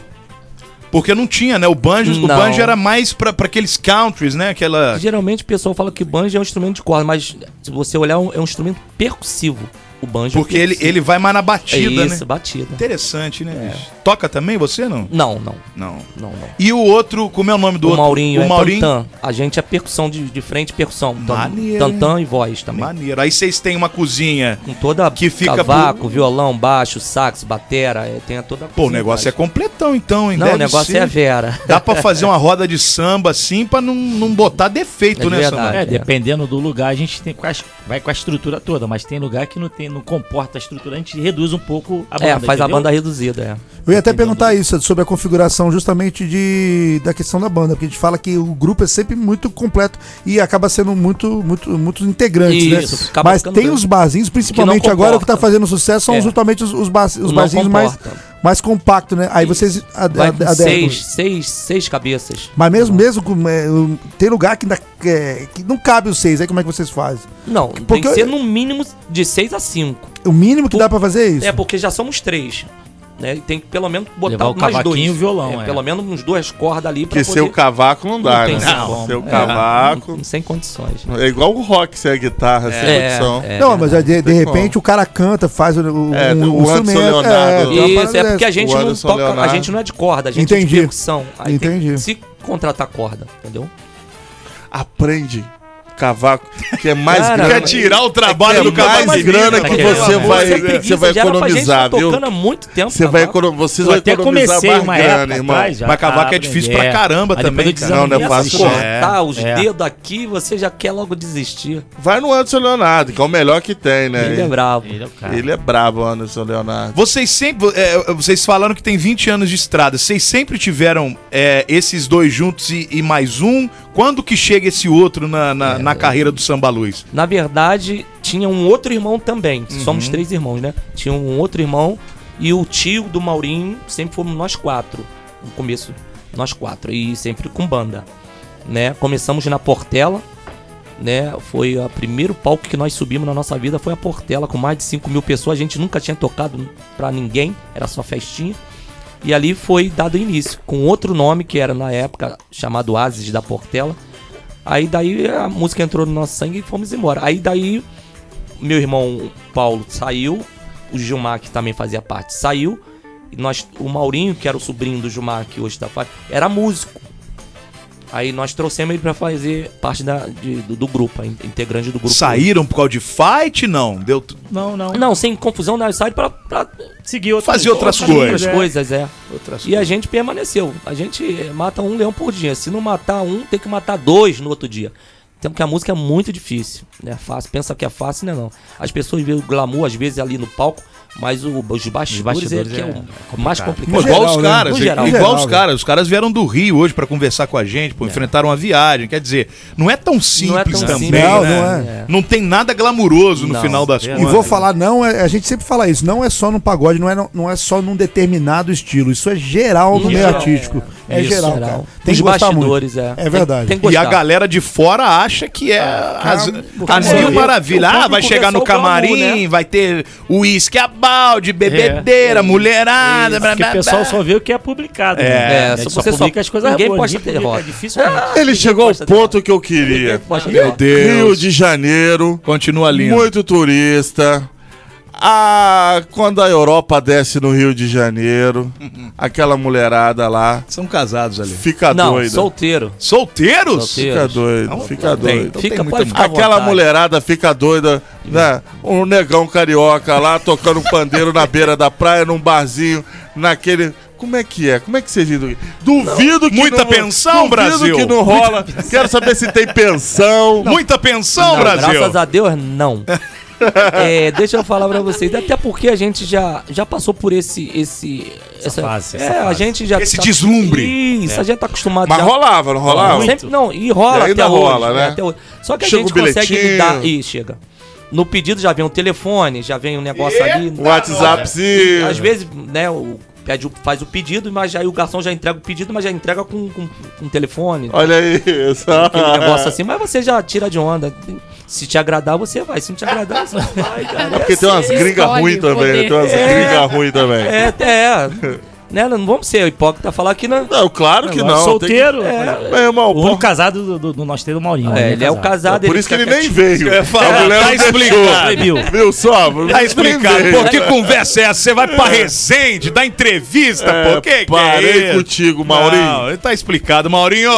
Porque não tinha, né? O banjo, o
Não.
banjo era mais pra, pra aqueles countries, né? Aquela.
Geralmente o pessoal fala que banjo é um instrumento de corda, mas se você olhar, é um- é um instrumento percussivo. O banjo é
Porque ele,
percussivo.
ele vai mais na batida,
é isso, É.
né?
batida.
Interessante, né? bicho? Toca também você, não?
Não, não,
Não.
não, não.
E o outro, como é o nome do
o
outro?
Maurinho,
o
é
Maurinho.
tantã. A gente é percussão de, de frente, percussão. Tan-
Maneiro,
Tantã e voz também.
Maneiro. Aí vocês têm uma cozinha.
Com toda a
Que fica
cavaco, violão, baixo, sax, batera, é, tem a toda a
Pô, o negócio é completão então, hein?
Não,
Deve
o negócio
ser.
é a Vera.
Dá pra fazer uma roda de samba assim pra não, não botar defeito,
É
né,
verdade.
Samara?
É,
É.
dependendo do lugar, a gente tem com as- vai com a estrutura toda, mas tem lugar que não, tem, não comporta a estrutura, a gente reduz um pouco a banda.
É, faz a
entendeu?
banda reduzida, é.
Eu ia até perguntar isso, sobre a configuração justamente de, da questão da banda, porque a gente fala que o grupo é sempre muito completo e acaba sendo muito, muito, muitos integrantes,
Isso,
né?
acaba
Mas
ficando
tem
grande.
os barzinhos, principalmente
Que não
agora, o que tá
comporta.
fazendo sucesso são
É.
justamente os, os, bar- os
Não
barzinhos mais,
comporta.
mais compactos, né? Aí vocês ad,
Vai com
ad- aderem.
seis, seis, seis cabeças.
Mas mesmo, mesmo com, é, um, tem lugar que ainda é, que não cabe os seis, aí como é que vocês fazem?
Não, tem
porque-
que ser no mínimo de seis a cinco.
O mínimo que dá pra fazer é isso.
É, porque já somos três. Né? E tem que pelo menos botar
Levar o
mais
cavaquinho
dois.
e o violão, é.
Pelo menos uns duas cordas ali pra
Porque ser o cavaco não dá, né? Ser o cavaco.
É, Não, sem condições.
É igual o rock ser a guitarra, sem condição.
é,
não, mas de, de
Tem
repente o cara canta, faz o, o,
É,
um,
tem o
um
Anderson
instrumento.
Leonardo.
tem uma
Isso,
parada
é porque a
dessa.
gente
O
não
Anderson
toca, a
Leonardo.
gente não é de corda, a gente é
Entendi.
de percussão. Aí tem que
Entendi.
se contratar corda, entendeu?
Aprende cavaco, que é mais
Cara,
grana.
quer tirar o trabalho
É que
do
é
cavaco
mais
de vida,
grana
tá
que
querendo,
você
né?
vai,
Você preguiça,
você vai
já era pra gente tá
economizar, viu?
tocando há muito tempo,
Você vai,
cavaco.
econo- vocês
Eu
vão
até
economizar
comecei
mais
uma
grana,
época
irmão.
atrás, já Mas cavaco tava, é difícil pra é. caramba Aí também, depois eu cara.
Não, não é
desanimei,
fácil,
assim,
não.
cortar os
é.
dedos aqui, você já quer logo desistir.
Vai no Anderson Leonardo, que é o melhor que tem, né?
Ele é brabo.
Ele é,
o cara.
brabo, o Anderson Leonardo.
Vocês sempre. é, vocês falaram que tem 20 anos de estrada. Vocês sempre tiveram é, esses dois juntos e, e mais um? Quando que chega esse outro na,
É,
na, na carreira do Samba Luz?
Na verdade, tinha um outro irmão também. Somos três irmãos, né? Tinha um outro irmão e o tio do Maurinho, sempre fomos nós quatro. No começo, nós quatro. E sempre com banda. Né? Começamos na Portela, né? Foi o primeiro palco que nós subimos na nossa vida, foi a Portela, com mais de 5 mil pessoas. A gente nunca tinha tocado pra ninguém, era só festinha. E ali foi dado início, com outro nome que era na época chamado Ases da Portela. Aí daí a música entrou no nosso sangue e fomos embora. Aí daí meu irmão Paulo saiu, o Gilmar que também fazia parte saiu. E nós, o Maurinho, que era o sobrinho do Gilmar que hoje tá parte, era músico. Aí nós trouxemos ele pra fazer parte da, de- do, do grupo, a in- integrante do grupo.
Saíram por causa de fight? Não. Deu. t-
Não, não.
Não, sem confusão, né? Sai pra, pra
seguir outras,
fazer outras, coisas.
é.
coisas, é.
Outras
e a gente permaneceu. A gente eh, mata um leão por dia. Se não matar um, tem que matar dois no outro dia. Então, porque a música é muito difícil. Não é fácil. Pensa que é fácil, né? Não. As pessoas veem o glamour, às vezes, ali no palco, mas o- os bastidores,
bastidores
é, que é,
é
o
complicado.
mais
Pô,
complicado.
igual os caras,
No geral. né? É.
igual os caras. Os caras vieram do Rio hoje pra conversar com a gente, pô, enfrentaram uma viagem. Quer dizer, não é tão simples
tão
também.
simples.
Não,
Não,
né?
não é.
não tem nada glamuroso no
Não.
final das
E vou falar, não, é- a gente sempre fala isso, não é só no pagode, não é, não, não é só num determinado estilo, isso é geral no
Em
meio
geral,
artístico. É,
Isso,
geral, cara. Tem
Os
que gostar
bastidores,
muito.
é.
É verdade.
Tem que
E a
gostar. Ah,
galera de fora acha que é as, as
cara,
mil
o
maravilhas. Ah,
público
vai chegar no
quer só o
camarim,
glamour, né?
vai ter uísque a balde, bebedeira,
É.
mulherada,
Isso,
blá,
porque
blá,
o pessoal
blá.
só vê o que é publicado.
É.
né?
É,
A
só
gente só
você só-
publica as coisas
ninguém
boas.
posta
ninguém
derrota.
publica, dificilmente.
Ele chegou ao ponto que eu queria.
Poxa,
Meu
ó.
Deus. Rio de Janeiro.
Continua lindo.
Muito turista. Ah, quando a Europa desce no Rio de Janeiro, aquela mulherada lá
São casados ali.
fica
Não,
doida.
solteiro.
Solteiros?
Fica
Solteiros.
doido,
Não,
fica
não tem,
doido.
então
Fica,
tem muita-
pode ficar à
Aquela
vontade.
mulherada fica doida, né? Um negão carioca lá tocando um pandeiro na beira da praia, num barzinho, naquele. Como é que é? Como é que vocês lidam? Duvido que
Muita
não,
pensão,
duvido
Brasil.
que não rola. Quero saber se tem pensão.
Muita pensão,
Não,
Brasil.
Graças a Deus, não. É, deixa eu falar pra vocês, até porque a gente já, já passou por esse. esse essa,
fase,
É,
essa
a
fase.
gente já.
Esse
tá-
deslumbre.
Isso, a gente tá acostumado
Mas
já.
rolava, não rolava?
Sempre, não, e rola
E ainda
até hoje,
rola, né?
até hoje. Só que
Chega
a gente
o
consegue
bilhetinho.
lidar. Ih, chega. No pedido já vem um telefone, já vem um negócio ali.
O WhatsAppzinho.
Às vezes, né, o, pede, o- faz o pedido, mas aí o garçom já entrega o pedido, mas já entrega com, com, com um telefone.
Olha isso.
Aquele negócio assim, mas você já tira de onda. Se te agradar, você vai. Se não te agradar, você não vai, cara.
É porque tem umas
Você
gringas
escolhe
ruins
o
também, né?
poder.
Tem umas
É.
gringas ruins também.
É, é. Né, não vamos ser hipócrita falar que não.
Não, claro que não.
Solteiro.
Tem
mas-
né?
que- Meu irmão,
O único casado do, do, do nosso trio, o Maurinho.
É, ele é o casado.
Por isso que ele
fica
nem
quietinho.
veio. É,
falar,
a mulher
tá
não deixou.
explicado.
Proibiu.
Viu só? Nem
Tá explicado.
veio.
Pô, que conversa é essa? Você vai pra Resende, dá entrevista,
É,
pô. Que que é
parei
isso?
contigo, Maurinho.
Não, ele tá explicado. Maurinho,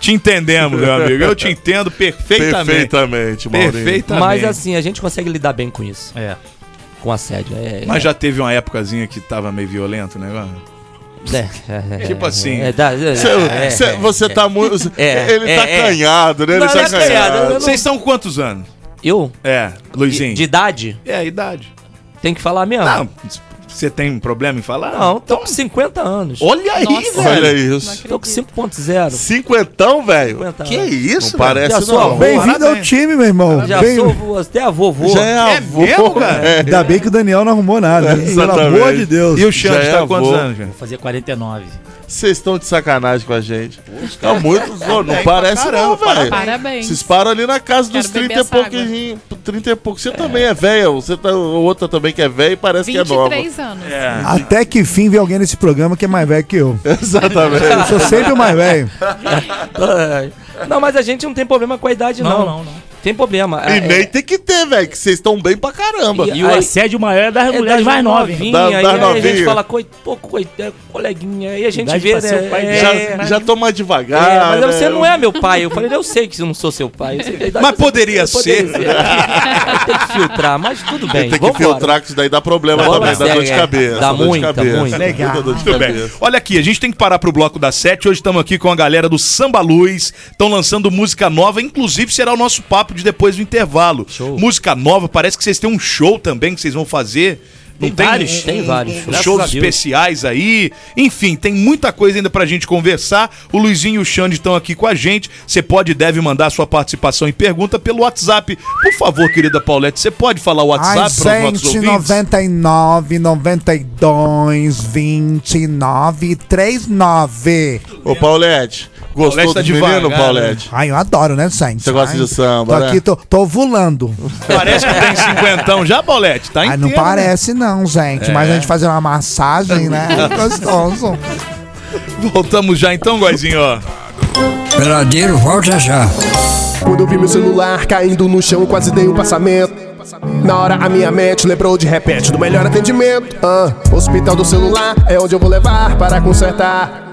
te entendemos, meu amigo. Eu te entendo perfeitamente.
Perfeitamente, Maurinho.
Perfeitamente.
Mas assim, a gente consegue lidar bem com isso.
É.
Com assédio. É,
Mas já teve uma épocazinha que tava meio violento o negócio?
é, é,
tipo
é,
assim.
é, dá- é,
Cê-
é,
cê-
é.
você tá muito.
É,
ele tá
é, é.
canhado, né? Ele
Não,
tá
não é canhado,
canhado.
eu não-
Vocês estão quantos anos?
Eu?
É, Luizinho.
De, de idade?
É, a idade.
Tem que falar mesmo?
Não, você tem um problema em falar?
Não, tô com 50 anos.
Olha aí,
Nossa.
velho.
Olha isso.
Tô com 5.0.
Cinquentão, velho?
50
Que
anos.
isso, velho?
Não parece,
Já sou
não.
avô.
Bem-vindo ao
Parabéns.
time, meu irmão.
Já
tá Bem-
sou vo- até a vovô.
Já é
É
avô.
mesmo, cara?
É.
Ainda bem que o Daniel não arrumou nada. né? Pelo
Exatamente.
amor de Deus.
E o Xande
Já é
tá com quantos
avô.
anos, velho?
Vou fazer 49.
Vocês estão de sacanagem com a gente. Tá muito. Não,
pra
parece, não,
caramba,
velho.
Parabéns.
Vocês param ali na casa dos
Quero beber
30 e
essa
pouquinho. 30 e pouco. Você também é velho. Você tá, outra também que é velho e parece que é nova.
23 anos.
Até que fim vem alguém nesse programa que é mais velho que eu. Eu
Exatamente.
sou sempre o mais velho.
Ai. Não, mas a gente não tem problema com a idade, não.
Não, não, não.
Tem problema. É,
E nem tem que ter, velho, que vocês estão bem pra caramba.
E- e o assédio
maior é das
mulheres mais novas, hein?
Da-
Aí
das
a gente
novinhas.
fala, coi, pô, coitado, coleguinha, aí a gente
Idade
vê,
pra ser
né?
o pai
é,
já-
é.
já tô mais devagar,
É, mas
né?
você não é meu pai. Eu falei, eu sei que eu não sou seu pai. Você tem idade
Mas
pra-
poderia ser.
tem que filtrar, mas tudo bem.
Tem que
vambora.
filtrar, que isso daí dá problema
Bola
também, dá
séria,
dor de
é.
cabeça.
Dá
dor de
muita,
cabeça,
muita.
muita dor de
Muito bem.
cabeça.
Olha aqui, a gente tem que parar pro bloco das sete. Hoje estamos aqui com a galera do Samba Luz. Estão lançando música nova. Inclusive, será o nosso papo de depois do intervalo. Música nova. Parece que vocês têm um show também que vocês vão fazer. Não um,
Tem vários, tem vários, graças
Shows
a Deus.
especiais aí. Enfim, tem muita coisa ainda pra gente conversar. O Luizinho e o Xande estão aqui com a gente. Você pode e deve mandar sua participação e pergunta pelo WhatsApp. Por favor, querida Paulette, você pode falar o
Ai,
WhatsApp para os nossos
gente,
ouvintes?
99, 92, 29, 39.
Ô, Paulette, né?
Paulette
gostou
tá
do menino,
devagar,
Paulette?
Ai, eu adoro, né, gente?
Você gosta
Ai,
de samba,
Tô
né?
aqui, tô, tô ovulando.
Parece que tem cinquentão já, Paulette? Tá
Ai,
inteiro,
não
né?
parece não, gente.
É.
Mas a gente fazer uma massagem, né? É gostoso.
Voltamos já então, Goizinho, ó.
Peladeiro, volta já. Quando eu vi meu celular caindo no chão, quase dei um passamento. Na hora a minha mente lembrou de repente do melhor atendimento. Ah, hospital do celular é onde eu vou levar para consertar.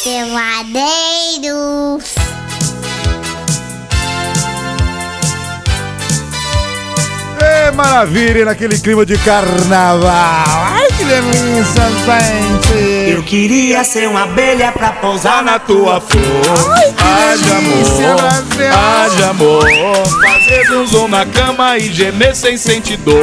Peladeiros.
Ê, É maravilha, naquele clima de carnaval. Ai, que delícia, gente.
Eu queria ser uma abelha pra pousar na tua flor.
Haja amor, haja amor, fazer um zoom na cama e gemer sem sentir dor.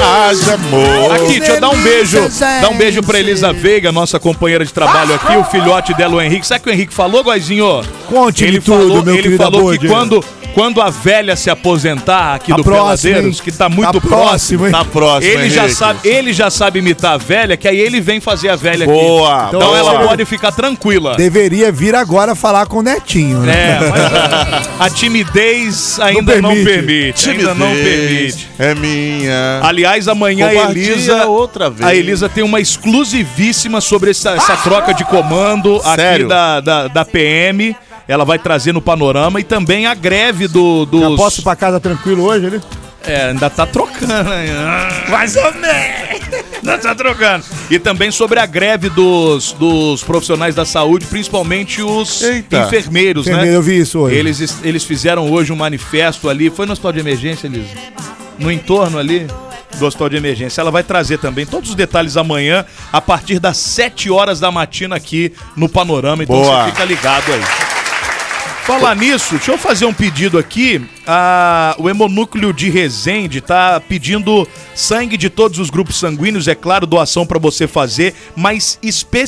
Haja amor.
Aqui, deixa eu dar um beijo.
Delícia,
Dá um beijo pra Elisa Veiga, nossa companheira de trabalho aqui, o filhote dela, o Henrique. Sabe o que o Henrique falou, Goizinho?
Conte-me
ele
tudo,
falou,
meu
Ele
querido
falou
amor
que
de-
quando, quando a velha se aposentar aqui
Tá
do
próximo,
Peladeiros,
hein?
que tá muito
Tá próximo,
próximo,
hein? Tá próximo,
ele já,
Henrique.
sabe, ele já sabe imitar a velha, que aí ele vem fazer a velha aqui.
Boa,
Então
boa.
ela pode ficar tranquila.
Deveria vir agora falar com o Netinho, né?
É, mas a timidez ainda não permite. ainda não permite.
É minha.
Aliás, amanhã a
Compartilha
Elisa.
outra vez.
A Elisa tem uma exclusivíssima sobre essa, essa troca de comando aqui
Sério?
da, da, da PM. Ela vai trazer no panorama e também a greve do, dos.
Já posso ir pra casa tranquilo hoje, né?
É, ainda tá trocando. né? Mais ou menos. Ainda tá trocando. E também sobre a greve dos, dos profissionais da saúde, principalmente os
Eita.
enfermeiros, né?
Enfermeiro, eu vi isso hoje.
Eles, eles fizeram hoje um manifesto ali. Foi no hospital de emergência, Elisa? No entorno ali do hospital de emergência. Ela vai trazer também todos os detalhes amanhã, a partir das 7 horas da matina aqui no Panorama. Então
Boa.
você fica ligado aí. Falar nisso, deixa eu fazer um pedido aqui. Ah, o Hemonúcleo de Resende tá pedindo sangue de todos os grupos sanguíneos, é claro, doação para você fazer, mas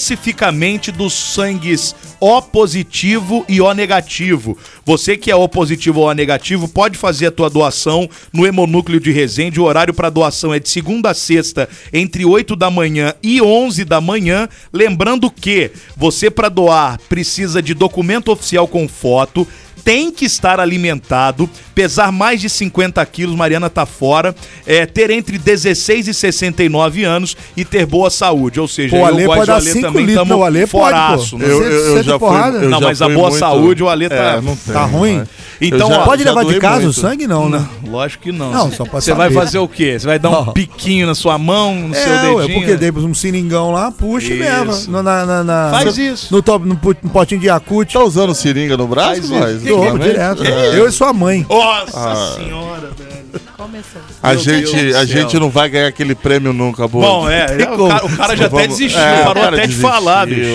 especificamente dos sangues O positivo e O negativo. Você que é O positivo ou O negativo, pode fazer a tua doação no Hemonúcleo de Resende. O horário para doação é de segunda a sexta, entre 8 da manhã e 11 da manhã. Lembrando que você, para doar, precisa de documento oficial com foto, tem que estar alimentado, pesar mais de 50 quilos, Mariana tá fora, é, ter entre 16 e 69 anos e ter boa saúde. Ou seja,
Pô,
eu,
o Alê
Góis e
pode
o
dar cinco litros,
tamo
não, o Alê pode, pô.
foraço, né?
Eu- eu- eu Senta já fui- porrada. eu
Não,
já
mas a
fui
boa
muito-
saúde, o Alê tá,
É, não tem, Tá ruim? mas-
Então,
Eu já-
ó,
Pode
já
levar de
doei
casa o
muito.
sangue, não, né?
Lógico que não.
Não, só pra
Você vai
saber.
fazer o quê? Você vai dar um piquinho na sua mão, no seu
É,
dedinho?
ué, porque demos um seringão lá, puxa e
Isso.
leva. No- na- na- na-
Faz
no-
isso.
No, top, no, pu- no potinho de acute.
Tá usando seringa no braço,
né?
é, né?
É.
Faz isso. Tô, direto. Eu e sua mãe.
Nossa
Ah.
senhora, velho.
Começou.
A gente, a gente não vai ganhar aquele prêmio nunca, boa.
Bom, é, é, o cara, o cara já até desistiu,
É,
É,
parou até de falar, bicho.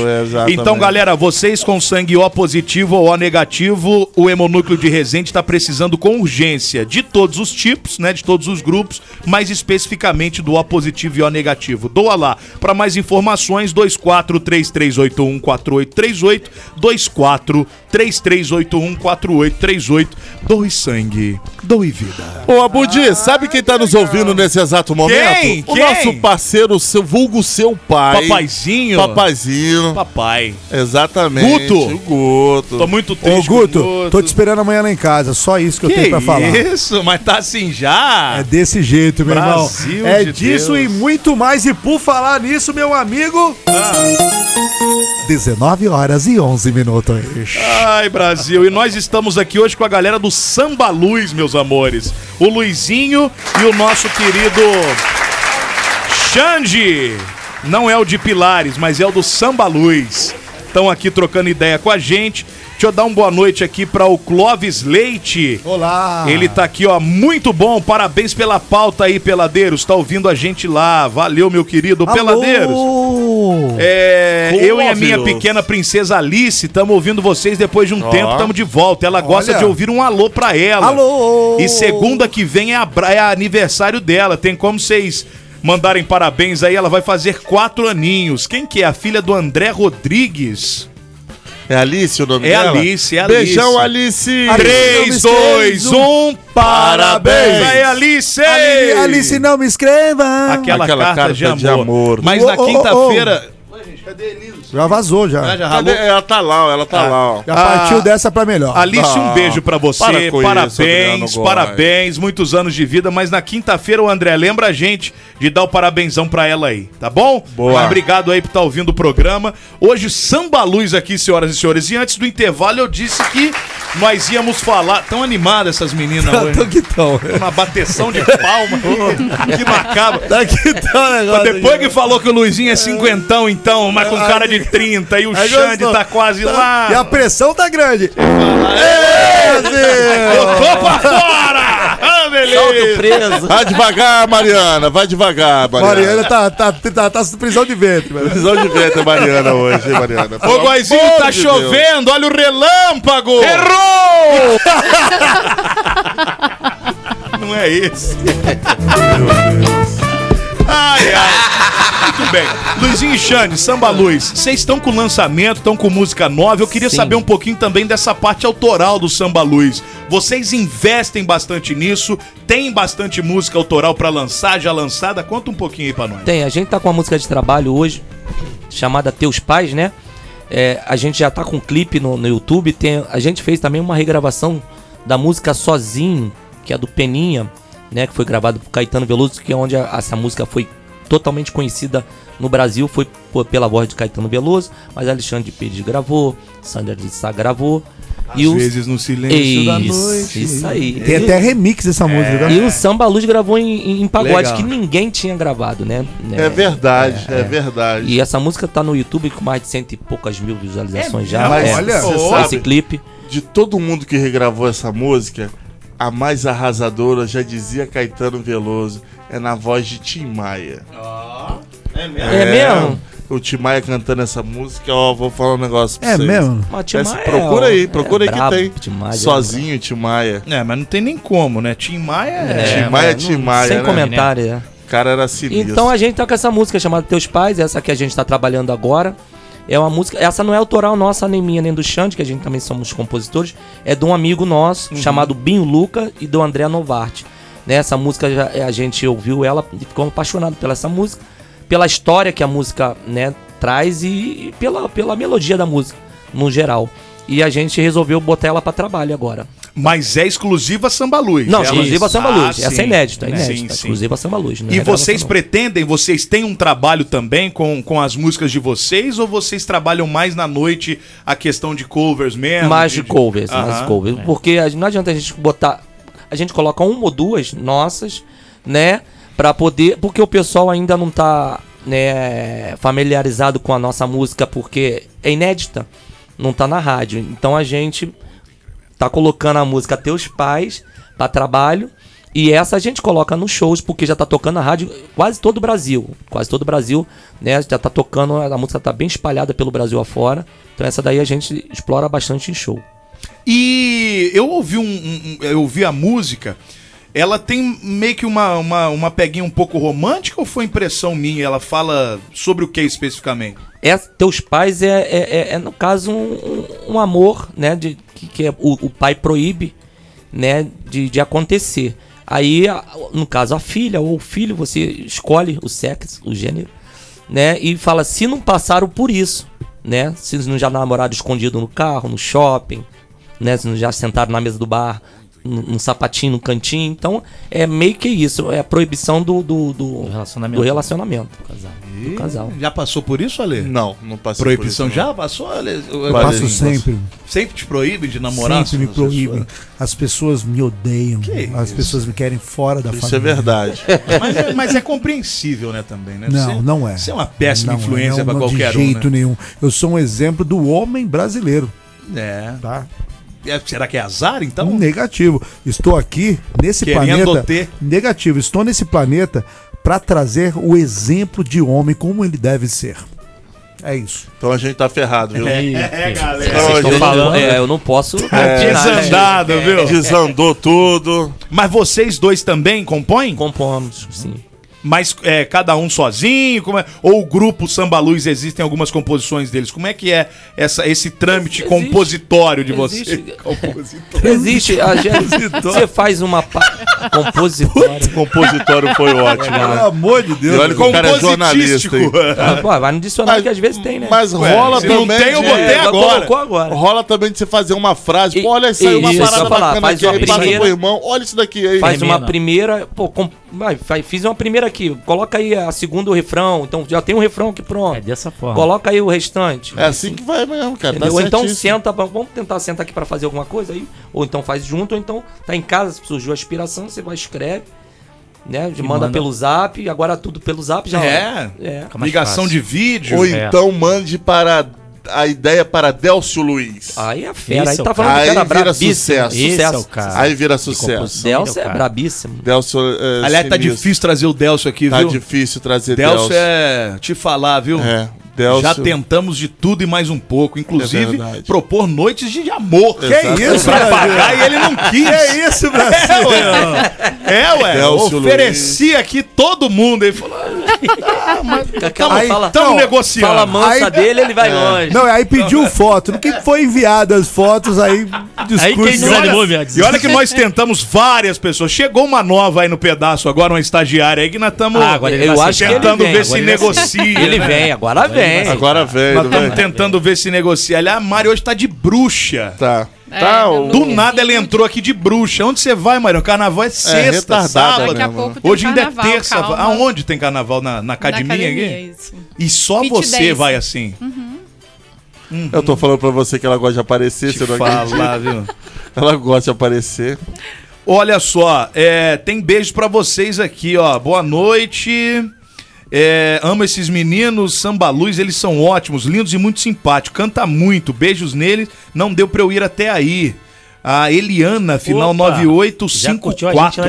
então, galera, vocês com sangue O positivo ou O negativo, o hemonúcleo de Resende está precisando com urgência de todos os tipos, né, de todos os grupos, mas especificamente do O positivo e O negativo. Doa lá. Para mais informações, 2433814838, 2433814838, doe sangue, doe vida.
Ô, Abudi, sabe quem tá nos ouvindo nesse exato momento?
Ah. Quem?
O
Quem?
nosso parceiro, o seu vulgo seu pai.
Papaizinho?
Papaizinho.
Papai.
Exatamente.
Guto?
O Guto.
Tô muito
Ô,
triste com
Guto,
o
tô te esperando amanhã lá em casa. Só isso que, eu tenho pra falar.
Isso, mas tá assim já?
É desse jeito, meu
Brasil
irmão. É
de
disso
Deus.
e muito mais. E por falar nisso, meu amigo. 19 horas e 11 minutos.
Ai, Brasil. E nós estamos aqui hoje com a galera do Samba Luz, meus amores. O Luizinho e o nosso querido Xande. Não é o de Pilares, mas é o do Samba Luz. Estão aqui trocando ideia com a gente. Deixa eu dar uma boa noite aqui para o Clóvis Leite.
Olá.
Ele tá aqui, ó, muito bom. Parabéns pela pauta aí, Peladeiros. Tá ouvindo a gente lá. Valeu, meu querido
Alô.
Peladeiros. É,
Clóvis.
eu e a minha pequena princesa Alice estamos ouvindo vocês depois de um
Ó.
tempo, estamos de volta. Ela gosta
Olha.
de ouvir um alô pra ela.
Alô.
E segunda que vem é, a, bra- é aniversário dela. Tem como vocês mandarem parabéns aí? Ela vai fazer quatro aninhos. Quem que é? A filha do André Rodrigues.
É Alice o nome
É
dela?
Alice, é Alice.
Beijão, Alice.
3, 2, 1, parabéns! Aí, Alice!
Ali- Alice, não me escreva.
Aquela,
Aquela
carta,
carta
de, amor.
de amor.
Mas
Ô,
na
ô, ô, ô.
quinta-feira.
Já vazou, já.
Ah, já
Cadê?
ralou?
Ela tá lá, ó, ela tá lá. ó.
Já partiu
Ah,
dessa pra melhor.
Alice,
Ah,
um beijo pra
para
você.
com isso, Adriano
parabéns,
Góes.
parabéns, muitos anos de vida. Mas na quinta-feira, o André lembra a gente de dar o parabenzão pra ela aí, tá bom?
Boa.
Mas obrigado aí por estar ouvindo o programa. Hoje, samba luz aqui, senhoras e senhores. E antes do intervalo, eu disse que nós íamos falar. Tão animadas essas meninas hoje.
Tô que tão.
Uma bateção de palma que não acaba.
Tá que tão o
Mas
negócio.
depois que falou que o Luizinho é cinquentão, então, mas com cara de 30, e o
Aí
Xande
gostou.
tá quase
Tá-
lá.
E a pressão tá grande.
Botou pra fora! Ah, beleza!
preso.
Vai devagar, Mariana. Vai devagar, Mariana.
Mariana tá, tá, tá, tá prisão de ventre, velho.
Prisão de vento, é Mariana, hoje, hein, Mariana?
Ô, Goizinho, tá chovendo, olha o relâmpago! Errou! Não é esse. Ai, ai. Muito bem. Luizinho e Xande, Samba Luz, vocês estão com lançamento, estão com música nova. Eu queria
Sim.
saber um pouquinho também dessa parte autoral do Samba Luz. Vocês investem bastante nisso, tem bastante música autoral pra lançar, já lançada. Conta um pouquinho aí pra nós.
Tem, a gente tá com uma música de trabalho hoje, chamada Teus Pais, né? É, a gente já tá com um clipe no, no YouTube. Tem, a gente fez também uma regravação da música Sozinho, que é do Peninha, né? Que foi gravado por Caetano Veloso, que é onde a- essa música foi totalmente conhecida no Brasil. Foi pô- pela voz de Caetano Veloso, mas Alexandre de Pires gravou, Sandra de Sá gravou. e o- É
no
Isso, isso aí.
Tem até remix dessa música, né?
E o Samba Luz gravou em, em pagode,
Legal.
que ninguém tinha gravado, né?
É verdade, é, verdade.
E essa música tá no YouTube com mais de cento e poucas mil visualizações
É
já.
Mas
é,
olha,
esse
você sabe-
clipe.
De todo mundo que regravou essa música, a mais arrasadora, já dizia Caetano Veloso, é na voz de Tim Maia.
É, mesmo?
O Tim Maia cantando essa música, ó, vou falar um negócio pra
É
vocês.
mesmo?
Mas Tim
Essa,
Maia
procura
é-
aí, procura
é
aí
brabo,
que tem.
Tim Maia é
Sozinho, Tim Maia.
É, mas não tem nem como, né? Tim Maia é.
Tim Maia,
não-
Tim Maia,
Sem
né?
comentário, é.
O cara era sinistro.
Então a gente tá com essa música chamada Teus Pais, essa que a gente tá trabalhando agora. É uma música. Essa não é autoral nossa, nem minha, nem do Xande, que a gente também somos compositores. É de um amigo nosso,
Uhum.
chamado Binho Luca e do André Novarte. Né, essa música já- é, a gente ouviu ela e ficou apaixonado pela essa música, pela história que a música né, traz e, e pela, pela melodia da música, no geral. E a gente resolveu botar ela pra trabalho agora.
Mas é exclusiva Samba Luz.
Não,
Ela-
exclusiva Samba Luz.
Ah,
essa
sim.
é inédita,
Sim,
é inédita.
sim.
Exclusiva Samba Luz. não é
E
gravação,
vocês
não.
pretendem, vocês têm um trabalho também com, com as músicas de vocês ou vocês trabalham mais na noite a questão de covers mesmo?
mais de covers, mais
Aham.
de covers. Porque a- não adianta a gente botar. A gente coloca uma ou duas nossas, né? Pra poder. Porque o pessoal ainda não tá né, familiarizado com a nossa música, porque é inédita. Não tá na rádio. Então a gente tá colocando a música Teus Pais pra trabalho. E essa a gente coloca nos shows, porque já tá tocando na rádio quase todo o Brasil. Quase todo o Brasil, né? Já tá tocando, a música tá bem espalhada pelo Brasil afora. Então essa daí a gente explora bastante em show.
E eu ouvi um, um- um- eu ouvi a música. Ela tem meio que uma, uma, uma peguinha um pouco romântica ou foi impressão minha? Ela fala sobre o que especificamente?
É, teus pais é, é, é- é, no caso, um, um- um amor, né? De, que que é, o, o pai proíbe, né? De, de acontecer. Aí, a- no caso, a filha ou o filho, você escolhe o sexo, o gênero, né? E fala, se não passaram por isso, né? Se não já namoraram escondido no carro, no shopping, né? Se não já sentaram na mesa do bar, num num sapatinho, num cantinho. Então, é meio que isso. É a proibição do, do, do,
relacionamento.
Do relacionamento.
Casal.
Do casal.
Já passou por isso, Ale?
Não, não passei por
Proibição
isso,
já
não.
passou, Ale?
Eu passo sempre.
Sempre te proíbe de namorar?
Sempre me
As
proíbem. As pessoas me odeiam. As
isso?
pessoas me querem fora da
Isso
família.
é verdade.
Mas
Mas é, mas é compreensível, né, também, né?
Não,
Você-
não é.
Você é uma péssima
Não é,
influência
não,
pra
não
qualquer
De
um,
jeito nenhum. Eu sou um exemplo do homem brasileiro.
né? É.
Tá. Um
É, Será que é azar, então?
Negativo. Estou aqui nesse
Querendo
planeta.
ter.
Negativo. Estou nesse planeta para trazer o exemplo de homem como ele deve ser. É isso.
Então a gente tá ferrado, viu?
É,
é, galera.
Então,
Vocês
a
estão
gente-
falando- é, eu não posso- né?
Desandado,
É.
viu?
Desandou tudo.
Mas vocês dois também compõem?
Compomos, sim.
Mas é, cada um sozinho? Como é? Ou o grupo Samba Luz existem algumas composições deles? Como é que é essa, esse trâmite compositório de vocês?
Existe. Existe. A gente,
Compositório.
você faz uma pa- compositório.
compositório foi
É,
ótimo, né? Pelo
amor de
Deus. E olha que o cara é jornalista, hein?
Ah, vai no dicionário que às vezes tem, né?
Mas rola
Se
também.
Não tem, eu
de-
botei agora.
Rola também de você fazer uma frase. Pô, olha, saiu uma
isso, eu
parada
ia falar,
bacana
faz
aqui,
uma
aí passa
primeira-
pro irmão. Olha isso daqui aí.
Faz uma primeira, pô, com- vai, vai, fiz uma primeira aqui, coloca aí a segunda o refrão, então já tem um refrão aqui pronto. É
dessa forma.
Coloca aí o restante.
É assim que vai mesmo, cara. Tá
Entendeu? Ou então
certíssimo.
senta, pra- vamos tentar sentar aqui pra fazer alguma coisa aí, ou então faz junto, ou então tá em casa, surgiu a inspiração, você vai escreve, né? Manda,
manda.
pelo Zap, agora tudo pelo Zap já
É.
Fica mais
Ligação
fácil.
de vídeo.
Ou
É.
então mande para a ideia para Delcio Luiz.
Aí é fera, aí tá falando que
aí
era
vira
brabíssimo.
sucesso.
Esse é o cara.
Aí vira
De
sucesso.
composição, Delcio é cara. brabíssimo.
Delcio é,
Aliás, tá
sinistro.
difícil trazer o Delcio aqui,
Tá
viu?
difícil trazer
Delcio.
Delcio.
é te falar,
um
viu?
É, Delcio- É
Já tentamos de tudo e mais um pouco, inclusive
verdade.
propor noites de amor.
Exato.
pra
Brasil?
pagar e ele não quis.
Que isso, Brasil?
É, ué. É, ué.
Delcio
ofereci aqui todo mundo. Ele falou,
Aquela
Aí,
fala,
tamo
não,
negociando.
Fala mansa
Aí-
dele, ele vai
É.
longe.
Não, aí pediu foto. No que foi enviado as fotos, aí discurso.
e, olha, e olha que nós tentamos várias pessoas. Chegou uma nova aí no pedaço agora, uma estagiária aí que nós estamos
Ah, agora ele
eu
vai
acho
sim.
tentando
Ele vem,
ver se
agora ele vai sim.
negocia.
Ele
né?
vem, agora Agora vem. ele vai sim.
Agora vem,
Nós
vem.
estamos tentando ver se negocia. Aliás, a Mari hoje tá de bruxa.
Tá.
É, Do nada ela entrou aqui de bruxa. Onde você vai, Mário? Carnaval é sexta,
retardada
sábado.
Daqui a mesmo, pouco né?
tem
Hoje ainda
carnaval,
é terça.
calma.
Aonde tem carnaval? Na, na academia,
academia,
aqui?
isso. Hum.
E só
Fit
você
dance.
vai assim.
Eu tô falando pra você que ela gosta de aparecer, você não
falar,
acredita. Ela gosta de aparecer.
Olha só, é, tem beijos pra vocês aqui, ó. Boa noite. É, amo esses meninos, Samba Luz, eles são ótimos, lindos e muito simpáticos. Canta muito, beijos neles. Não deu pra eu ir até aí. A Eliana, final
Opa,
9854.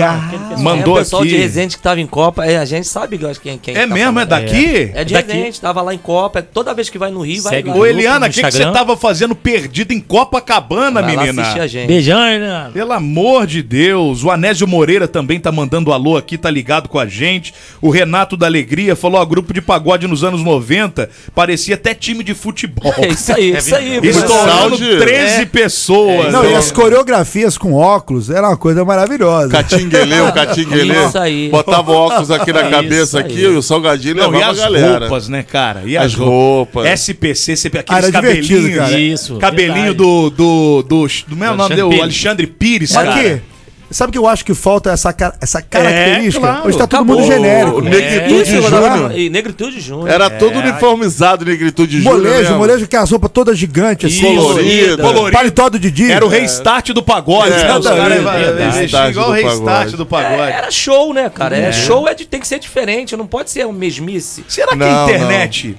é,
Mandou
o pessoal
aqui.
de Resende que tava em Copa, é, a gente sabe eu acho, quem, quem
É
tá
mesmo?
falando.
É daqui?
É, de
Daqui.
Resende, tava lá em Copa, toda vez que vai no Rio, vai
Segue
lá.
Ô, Eliana, o que, que você tava fazendo perdida em Copacabana,
Vai lá
menina?
assistir a gente.
Beijão, Eliana.
Pelo amor de Deus. O Anésio Moreira também tá mandando alô aqui, tá ligado com a gente. O Renato da Alegria falou, ó, grupo de pagode nos anos 90 parecia até time de futebol.
É isso aí, isso aí,
Estourando
professor.
13
É.
pessoas.
Não, e as coreografias com óculos era uma coisa maravilhosa.
Catingueleu, catingueleu.
Isso aí.
Botava o óculos aqui na
Isso
cabeça
aí.
aqui, e o salgadinho
Não, e
levava a
as
galera.
roupas, né, cara? E
As roupas.
SPC, CP,
Ah,
aqueles
era divertido,
cabelinhos.
cara.
Isso,
Cabelinho
verdade.
do, do, do. Do meu nome
Alexandre
deu
Pires.
Alexandre Pires,
Sabe
cara. É,
que- Sabe que eu acho que falta essa, ca- essa característica? Hoje tá todo mundo genérico.
Negritude
Isso,
Júnior. E Negritude Júnior.
Era todo uniformizado, negritude júnior.
Molejo,
lembra?
molejo que as roupas todas gigantes,
Isso, colorida.
colorida. Paletó do Didi.
Era o restart do pagode.
É,
né? Os
exatamente.
caras vai-
Verdade.
vai-
Restart
igual o
do
restart
pagode.
do pagode.
Era show, né, cara? É.
É.
Show é de, tem que ser diferente, não pode ser o um mesmice.
Será que a internet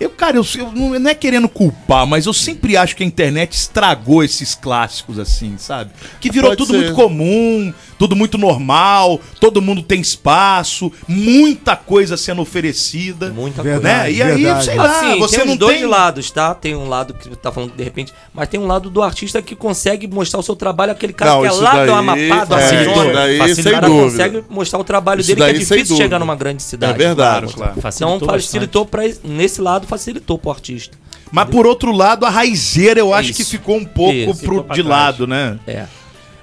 Eu, cara, eu, eu não não é querendo culpar, mas eu sempre acho que a internet estragou esses clássicos, assim, sabe? Que virou
Pode
tudo
ser.
muito comum, tudo muito normal, todo mundo tem espaço, muita coisa sendo oferecida. Muita né? E aí, sei lá,
Assim,
você
tem os
não
dois
tem...
lados, tá? Tem um lado que você tá falando de repente, mas tem um lado do artista que consegue mostrar o seu trabalho, aquele cara
Não,
que é assim,
isso
lá do
daí
Amapá, do
facilitou.
Amazonas,
Isso daí,
facilita-
sem
o cara
dúvida.
consegue mostrar o trabalho
Isso
dele, que é
daí, sem
difícil chegar
dúvida.
numa grande cidade.
É verdade.
Claro, claro.
Facilitou
Então facilitou para nesse lado facilitou pro artista.
Mas por outro lado, a raizeira eu acho
Isso.
que ficou um pouco
Isso,
pro,
ficou pra
de
trás.
lado, né?
É.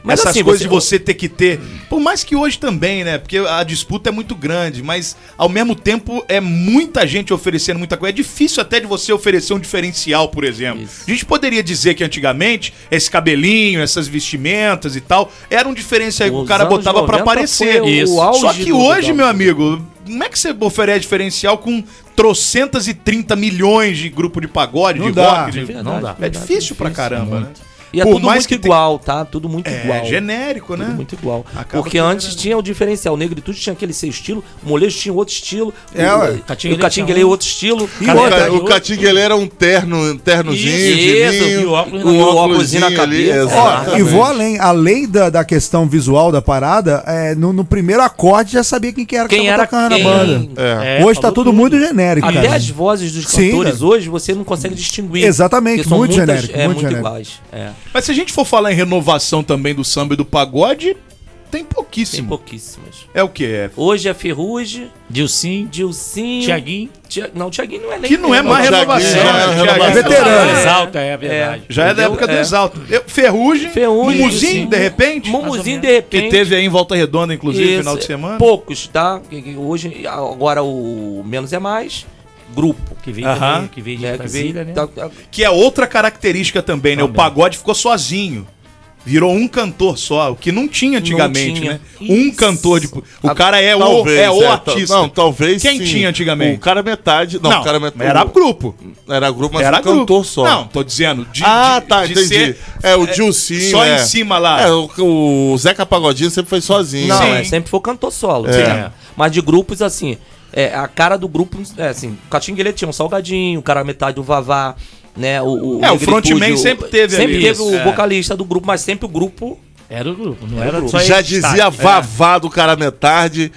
Mas
Mas
Essas
assim,
coisas
você-
de você ter que ter. Por mais que hoje também, né? Porque a disputa é muito grande, mas ao mesmo tempo é muita gente oferecendo muita coisa. É difícil até de você oferecer um diferencial, por exemplo. A gente poderia dizer que antigamente, esse cabelinho, essas vestimentas e tal, era um diferencial que o
Os
cara
anos
botava pra
90 foi
aparecer.
o Isso. auge
Só que
do-
hoje,
do-
meu amigo, como é que você oferece diferencial com trocentas e trinta milhões de grupo de pagode,
Não
de
dá.
rock? de-
É verdade, é
É
verdade,
difícil pra caramba, né?
E é
Por
tudo
mais
muito
que tenha-
igual, tá? Tudo muito
É,
igual.
genérico, né?
Tudo muito igual.
Acaba
Porque
que
antes tinha o diferencial. O Negritude tinha aquele seu estilo, o Molejo tinha outro estilo,
É,
o,
ué.
o Catinguelê outro estilo.
um- E o ca- o Catinguele era um terno, um ternozinho,
Isso,
fininho,
e o óculos na-
um
e o
óculos
óculosinho na
ali.
cabeça.
exatamente.
E vou além, além da, da questão visual da parada, é, no, no primeiro acorde já sabia quem que era que
Quem
tava
era
tocando
quem.
na banda.
É.
Hoje tá
Falou
tudo muito genérico,
Até
cara.
as vozes dos
Sim,
cantores
né?
cara.
hoje você não consegue distinguir.
Exatamente,
Porque são
muito
muitas-
genérico,
É,
muito
muito,
genérico.
iguais. É.
Mas se a gente for falar em renovação também do samba e do pagode, tem pouquíssimo.
Tem pouquíssimas.
É o que é?
Hoje é Ferrugem.
Dilcim.
Dilcim.
Tiaguinho.
Tia- Não, Tiaguinho não é nem
Que não é mais
Tiaguinho
renovação.
já
né?
é
Thiago?
renovação.
É. Exalta, é verdade.
Já é da
Entendeu?
época do
É.
Exalta. Eu- Ferrugem,
Ferrugem,
Mumuzinho,
sim.
de repente.
Mumuzinho, de repente.
Que teve aí em Volta Redonda, inclusive,
Isso,
no final de semana.
Poucos, tá? Que- que Hoje, agora o Menos é Mais, grupo. É, Que
veio também, que veio de Brasília, né?
Que é outra característica também, né? O pagode ficou sozinho. Virou um cantor só, o que não tinha antigamente,
tinha.
né? Um cantor de. O cara é
Talvez,
o, é o
é, tal-
artista.
não, talvez
Quem
sim.
tinha antigamente?
O cara é metade. Não,
Não,
o cara metade.
era grupo.
Era grupo, mas
Era
um cantor
grupo.
só.
Não, tô dizendo. de-
ah,
de-
tá,
de
entendi.
ser-
é, o
é,
Dilcinho.
só em
é.
cima lá.
É, o, o Zeca Pagodinho sempre foi sozinho.
Não,
Sim.
é, sempre foi cantor solo.
É.
sim.
É.
Mas de grupos, assim, é, a cara do grupo, é, assim, o Catinguele tinha um Salgadinho, o cara metade do Vavá, né? O,
É, o
Negritude,
frontman sempre teve
Sempre
ali.
teve
Isso,
o
é.
vocalista do grupo, mas sempre o grupo...
Era o grupo, não
era
só
Já
ele que
dizia
está.
Vavá do cara metade.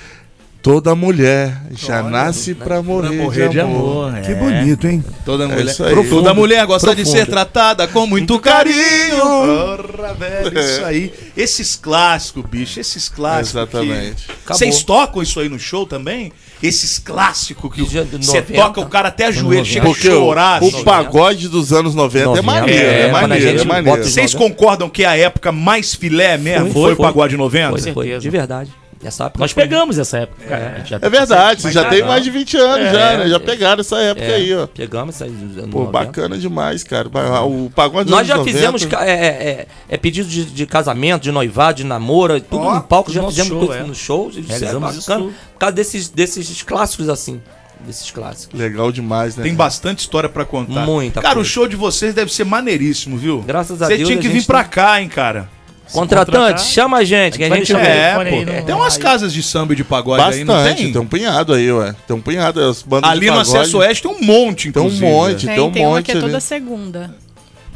Toda mulher já nasce pra morrer,
né, morrer
de
de
amor.
amor,
Que bonito, hein?
Toda mulher,
isso aí.
É toda mulher gosta de
Profundo.
ser tratada com muito carinho. Porra, velho,
É.
isso aí. Esses clássicos, bicho, esses clássicos.
Exatamente.
que-
Acabou.
Vocês tocam isso aí no show também? Esses clássicos que você
90.
toca, o cara até ajoelha, chega a
Porque o,
chorar.
o
assim.
pagode dos anos 90, é
90,
maneiro,
é,
é,
quando a
maneiro,
gente
é
bota
maneiro.
os
Vocês concordam que é a época mais filé mesmo É, foi, o pagode 90?
Foi, foi, de verdade. Nessa época
Nós
foi-
pegamos essa época, cara. A gente já
É verdade, você
Mas
já
tá-
tem mais de 20 anos
É,
já, né? Já
é.
pegaram essa época
É,
aí, ó.
Pegamos essa... anos
Pô,
90.
bacana demais, cara. O pagode
Nós
dos
já
anos 90.
fizemos ca- é, é, é- é pedido de, de casamento, de noivado, de namoro, tudo
Ó,
no palco, já
nosso
fizemos
show,
coisa
é.
no show. Isso é
Realizamos
bacana.
isso tudo.
Por causa desses, desses clássicos assim. Desses clássicos.
Legal demais, né?
Tem bastante história pra contar.
Muita
Cara, o
coisa.
show de vocês deve ser maneiríssimo, viu?
Graças a
Você
Deus,
tinha que
a
vir
gente
pra
tem-
cá, hein, cara.
Contratante, chama a gente, que a
Vai
gente
deixar
vê.
o telefone aí, né? não- Tem umas casas de samba e de pagode aí, não
Bastante,
tem?
tem um punhado aí, ué. Tem um punhado, as bandas
Ali
de
no
pagode.
Acesso Oeste tem um monte,
Tem um
inclusive.
monte, tem, um
tem uma
monte
que é toda
ali.
segunda.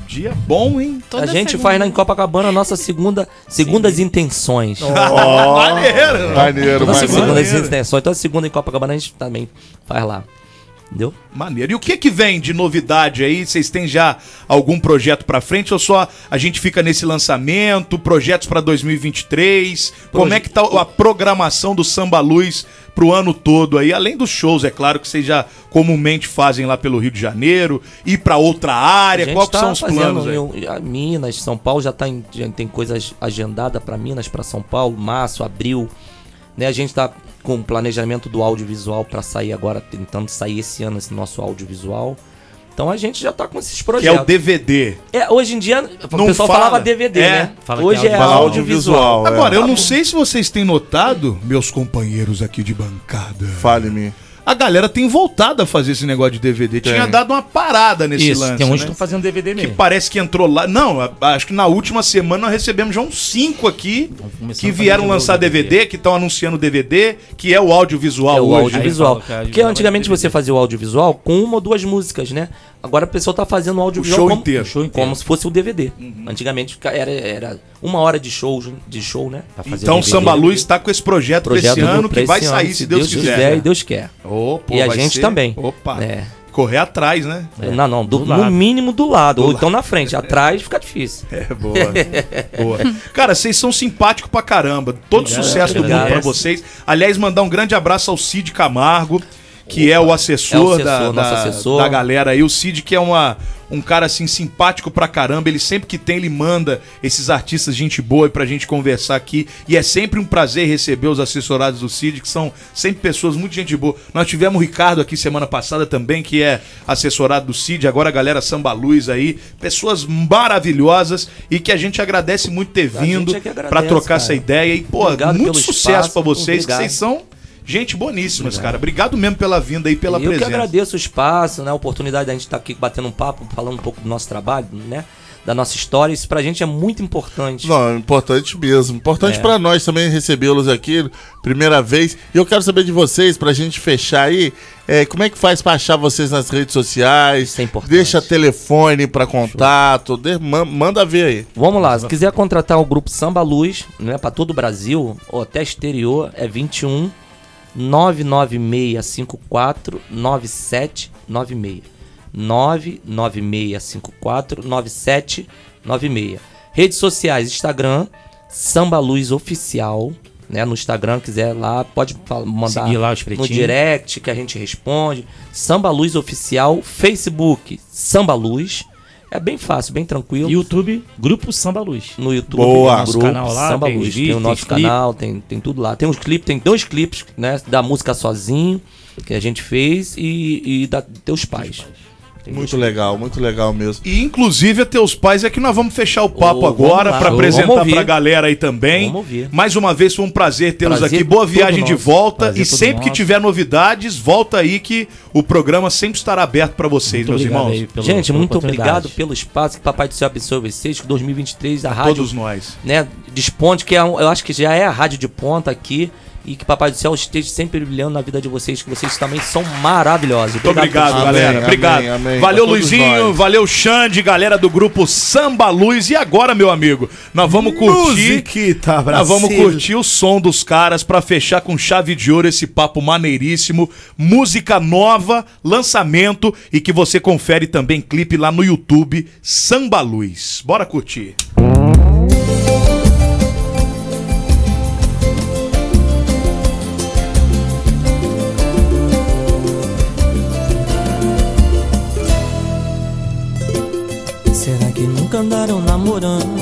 Dia bom, hein?
Toda
a gente
segunda.
faz na em Copacabana a nossa segunda, segundas intenções.
Ó,
Maneiro.
Maneiro,
Toda
maneiro.
segunda as intenções. Toda segunda em Copacabana a gente também faz lá. Entendeu?
Maneiro. E o que que vem de novidade aí? Vocês têm já algum projeto pra frente ou só a gente fica nesse lançamento, projetos pra 2023? Como é que tá a programação do Samba Luz pro ano todo aí? Além dos shows, é claro que vocês já comumente fazem lá pelo Rio de Janeiro, ir pra outra área, quais
tá
que são os
tá fazendo
planos
um
é. aí?
meu- a Minas, São Paulo já tá em- já tem coisas agendadas para Minas, para São Paulo, março, abril. Né? A gente tá com o planejamento do audiovisual para sair agora, tentando sair esse ano esse nosso audiovisual. Então a gente já tá com esses
Que é
projetos.
o DVD.
É, hoje em dia, o
Não
pessoal
fala.
falava DVD,
É,
né?
fala que
hoje
é
é
audiovisual.
é.
audiovisual.
é? Tá
Agora, eu não
sei.
sei se vocês têm notado, meus companheiros aqui de bancada.
Fale-me.
a galera tem voltado a fazer esse negócio de DVD. Tinha dado uma parada nesse
Isso,
lance.
tem uns que
né?
estão fazendo DVD
Que
mesmo.
parece que entrou lá. Não, a- acho que na última semana nós recebemos já uns cinco aqui que vieram lançar DVD, que estão anunciando DVD, que é o audiovisual
É o
hoje.
audiovisual. Porque antigamente você fazia o audiovisual com uma ou duas músicas, né? Agora o pessoal tá fazendo o audiovisual
show
como,
inteiro. Uhum.
o show inteiro. como se fosse o DVD. Antigamente fica- era, era uma hora de show, de show né? Pra fazer
Então o
DVD.
Samba Luz está com esse projeto, pra
Projeto
esse
do-
ano
pra
que vai
esse
sair,
ano,
se Deus, quiser.
e Deus quer.
Ô, pô,
e a
vai
gente
ser-
também.
Opa.
É.
Correr atrás, né?
É, Não, não, do-
Do
no
lado.
mínimo do lado,
Do
ou
lado.
então na frente, atrás fica difícil.
É, boa. boa. Cara, vocês são simpáticos pra caramba. Todo
Obrigado,
sucesso do mundo
obrigado.
pra vocês. Aliás, mandar um grande abraço ao Cid Camargo, que é o assessor,
É o assessor,
da, da,
nosso assessor.
da galera aí. O Cid, que é uma, um cara assim simpático pra caramba. Ele sempre que tem, ele manda esses artistas gente boa aí pra gente conversar aqui. E é sempre um prazer receber os assessorados do Cid, que são sempre pessoas muito gente boa. Nós tivemos o Ricardo aqui semana passada também, que é assessorado do Cid, agora a galera Samba Luz aí. Pessoas maravilhosas e que a gente agradece muito ter
A gente
vindo
é que agradece,
pra trocar
cara.
essa ideia. E, pô,
Obrigado
muito
pelo
sucesso
espaço,
pra vocês,
obrigado.
que vocês são gente boníssimas, cara. Obrigado mesmo pela vinda aí, pela
eu
presença.
que agradeço o espaço, né, a oportunidade da gente estar aqui batendo um papo, falando um pouco do nosso trabalho, né, da nossa história. Isso pra gente é muito importante.
Não, é importante mesmo. Importante
É.
pra nós também recebê-los aqui, primeira vez. E eu quero saber de vocês, pra gente fechar aí, é, como é que faz pra achar vocês nas redes sociais? Deixa telefone pra contato, de- ma- manda ver aí.
Vamos lá, se quiser contratar o grupo Samba Luz, né, para todo o Brasil ou até exterior, é 21 99654 9796. 99654 9796. Redes sociais, Instagram, Samba Luz Oficial, né, no Instagram, quiser lá, pode fal- mandar
Seguir lá os
no
pretinhos.
direct que a gente responde. Samba Luz Oficial, Facebook, Samba Luz. É bem fácil, bem tranquilo.
YouTube, Grupo Samba Luz.
No YouTube,
Boa.
tem um nosso
Grupo,
canal lá,
Samba
tem,
Luz,
os vídeos, tem o
tem
nosso
clipe.
canal, tem, tem tudo lá. Tem uns clipes, tem dois clipes, né? Da música sozinho, que a gente fez, e, e da Teus Pais.
Muito legal, muito legal mesmo.
E inclusive a teus pais é que nós vamos fechar o papo
Ô, vamos
agora
lá,
pra
ô, vamos
apresentar
ouvir.
pra galera aí também.
Vamos ouvir.
Mais uma vez foi um prazer tê-los
Prazer
aqui. Boa
todo
viagem de
nosso.
volta
Prazer
e
todo
sempre que
nosso.
tiver novidades, volta aí que o programa sempre estará aberto pra vocês, meus irmãos.
gente, muito obrigado pelo espaço. Que Papai do Céu abençoe vocês. Que 2023 a rádio.
todos nós.
Né, desponte, que é um- eu acho que já é a rádio de ponta aqui. E que Papai do Céu esteja sempre brilhando na vida de vocês. Que vocês também são maravilhosos.
Muito obrigado,
por-
galera. obrigado. Valeu, Luizinho. Valeu, Xande, galera do grupo Samba Luz. E agora, meu amigo, nós vamos curtir.
Musiquita,
nós Ah, vamos
Brasil.
curtir o som dos caras pra fechar com chave de ouro esse papo maneiríssimo. Música nova, lançamento e que você confere também clipe lá no YouTube Samba Luz. Bora curtir.
Será que nunca andaram namorando?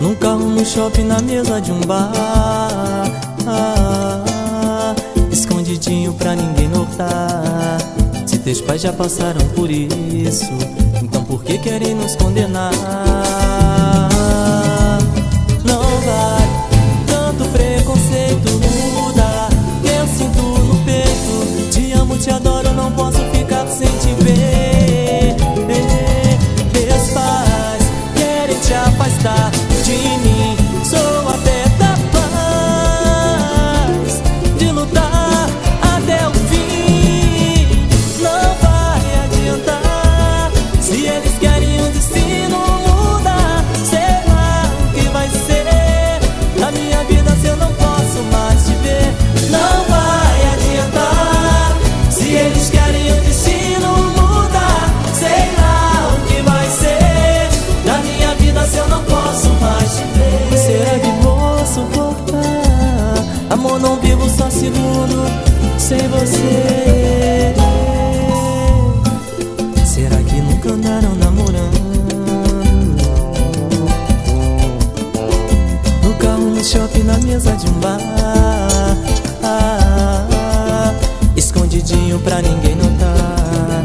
Num carro, no um shopping, na mesa de um bar Escondidinho pra ninguém notar Se teus pais já passaram por isso Então por que querem nos condenar? Não vai tanto preconceito muda Eu sinto no peito Te amo, te adoro, não posso ficar sem te ver Meus pais querem te afastar de mim Sou até paz De lutar até o fim Não vai adiantar Se eles querem o destino mudar Sei lá o que vai ser na minha vida se eu não posso mais te ver Não vai adiantar Se eles querem o destino mudar Sei lá o que vai ser Na minha vida se eu não posso mais te ver Será que vou suportar? Amor, não vivo só um segundo Sem você Será que nunca andaram namorando? No carro, no shopping, na mesa de um bar Escondidinho pra ninguém notar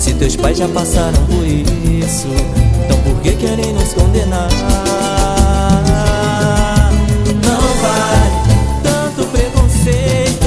Se teus pais já passaram por isso Então por que querem nos condenar? Não vai tanto preconceito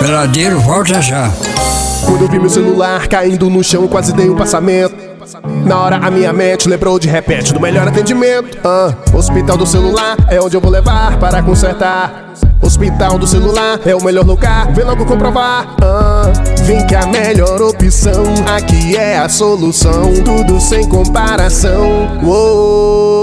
Baladeiro, volta já. Quando eu vi meu celular caindo no chão, quase dei um passamento. Na hora a minha mente lembrou de repente do melhor atendimento. Ah, hospital do celular é onde eu vou levar para consertar. Hospital do celular é o melhor lugar, vem logo comprovar. Ah, vem que a melhor opção aqui é a solução, tudo sem comparação. Uou.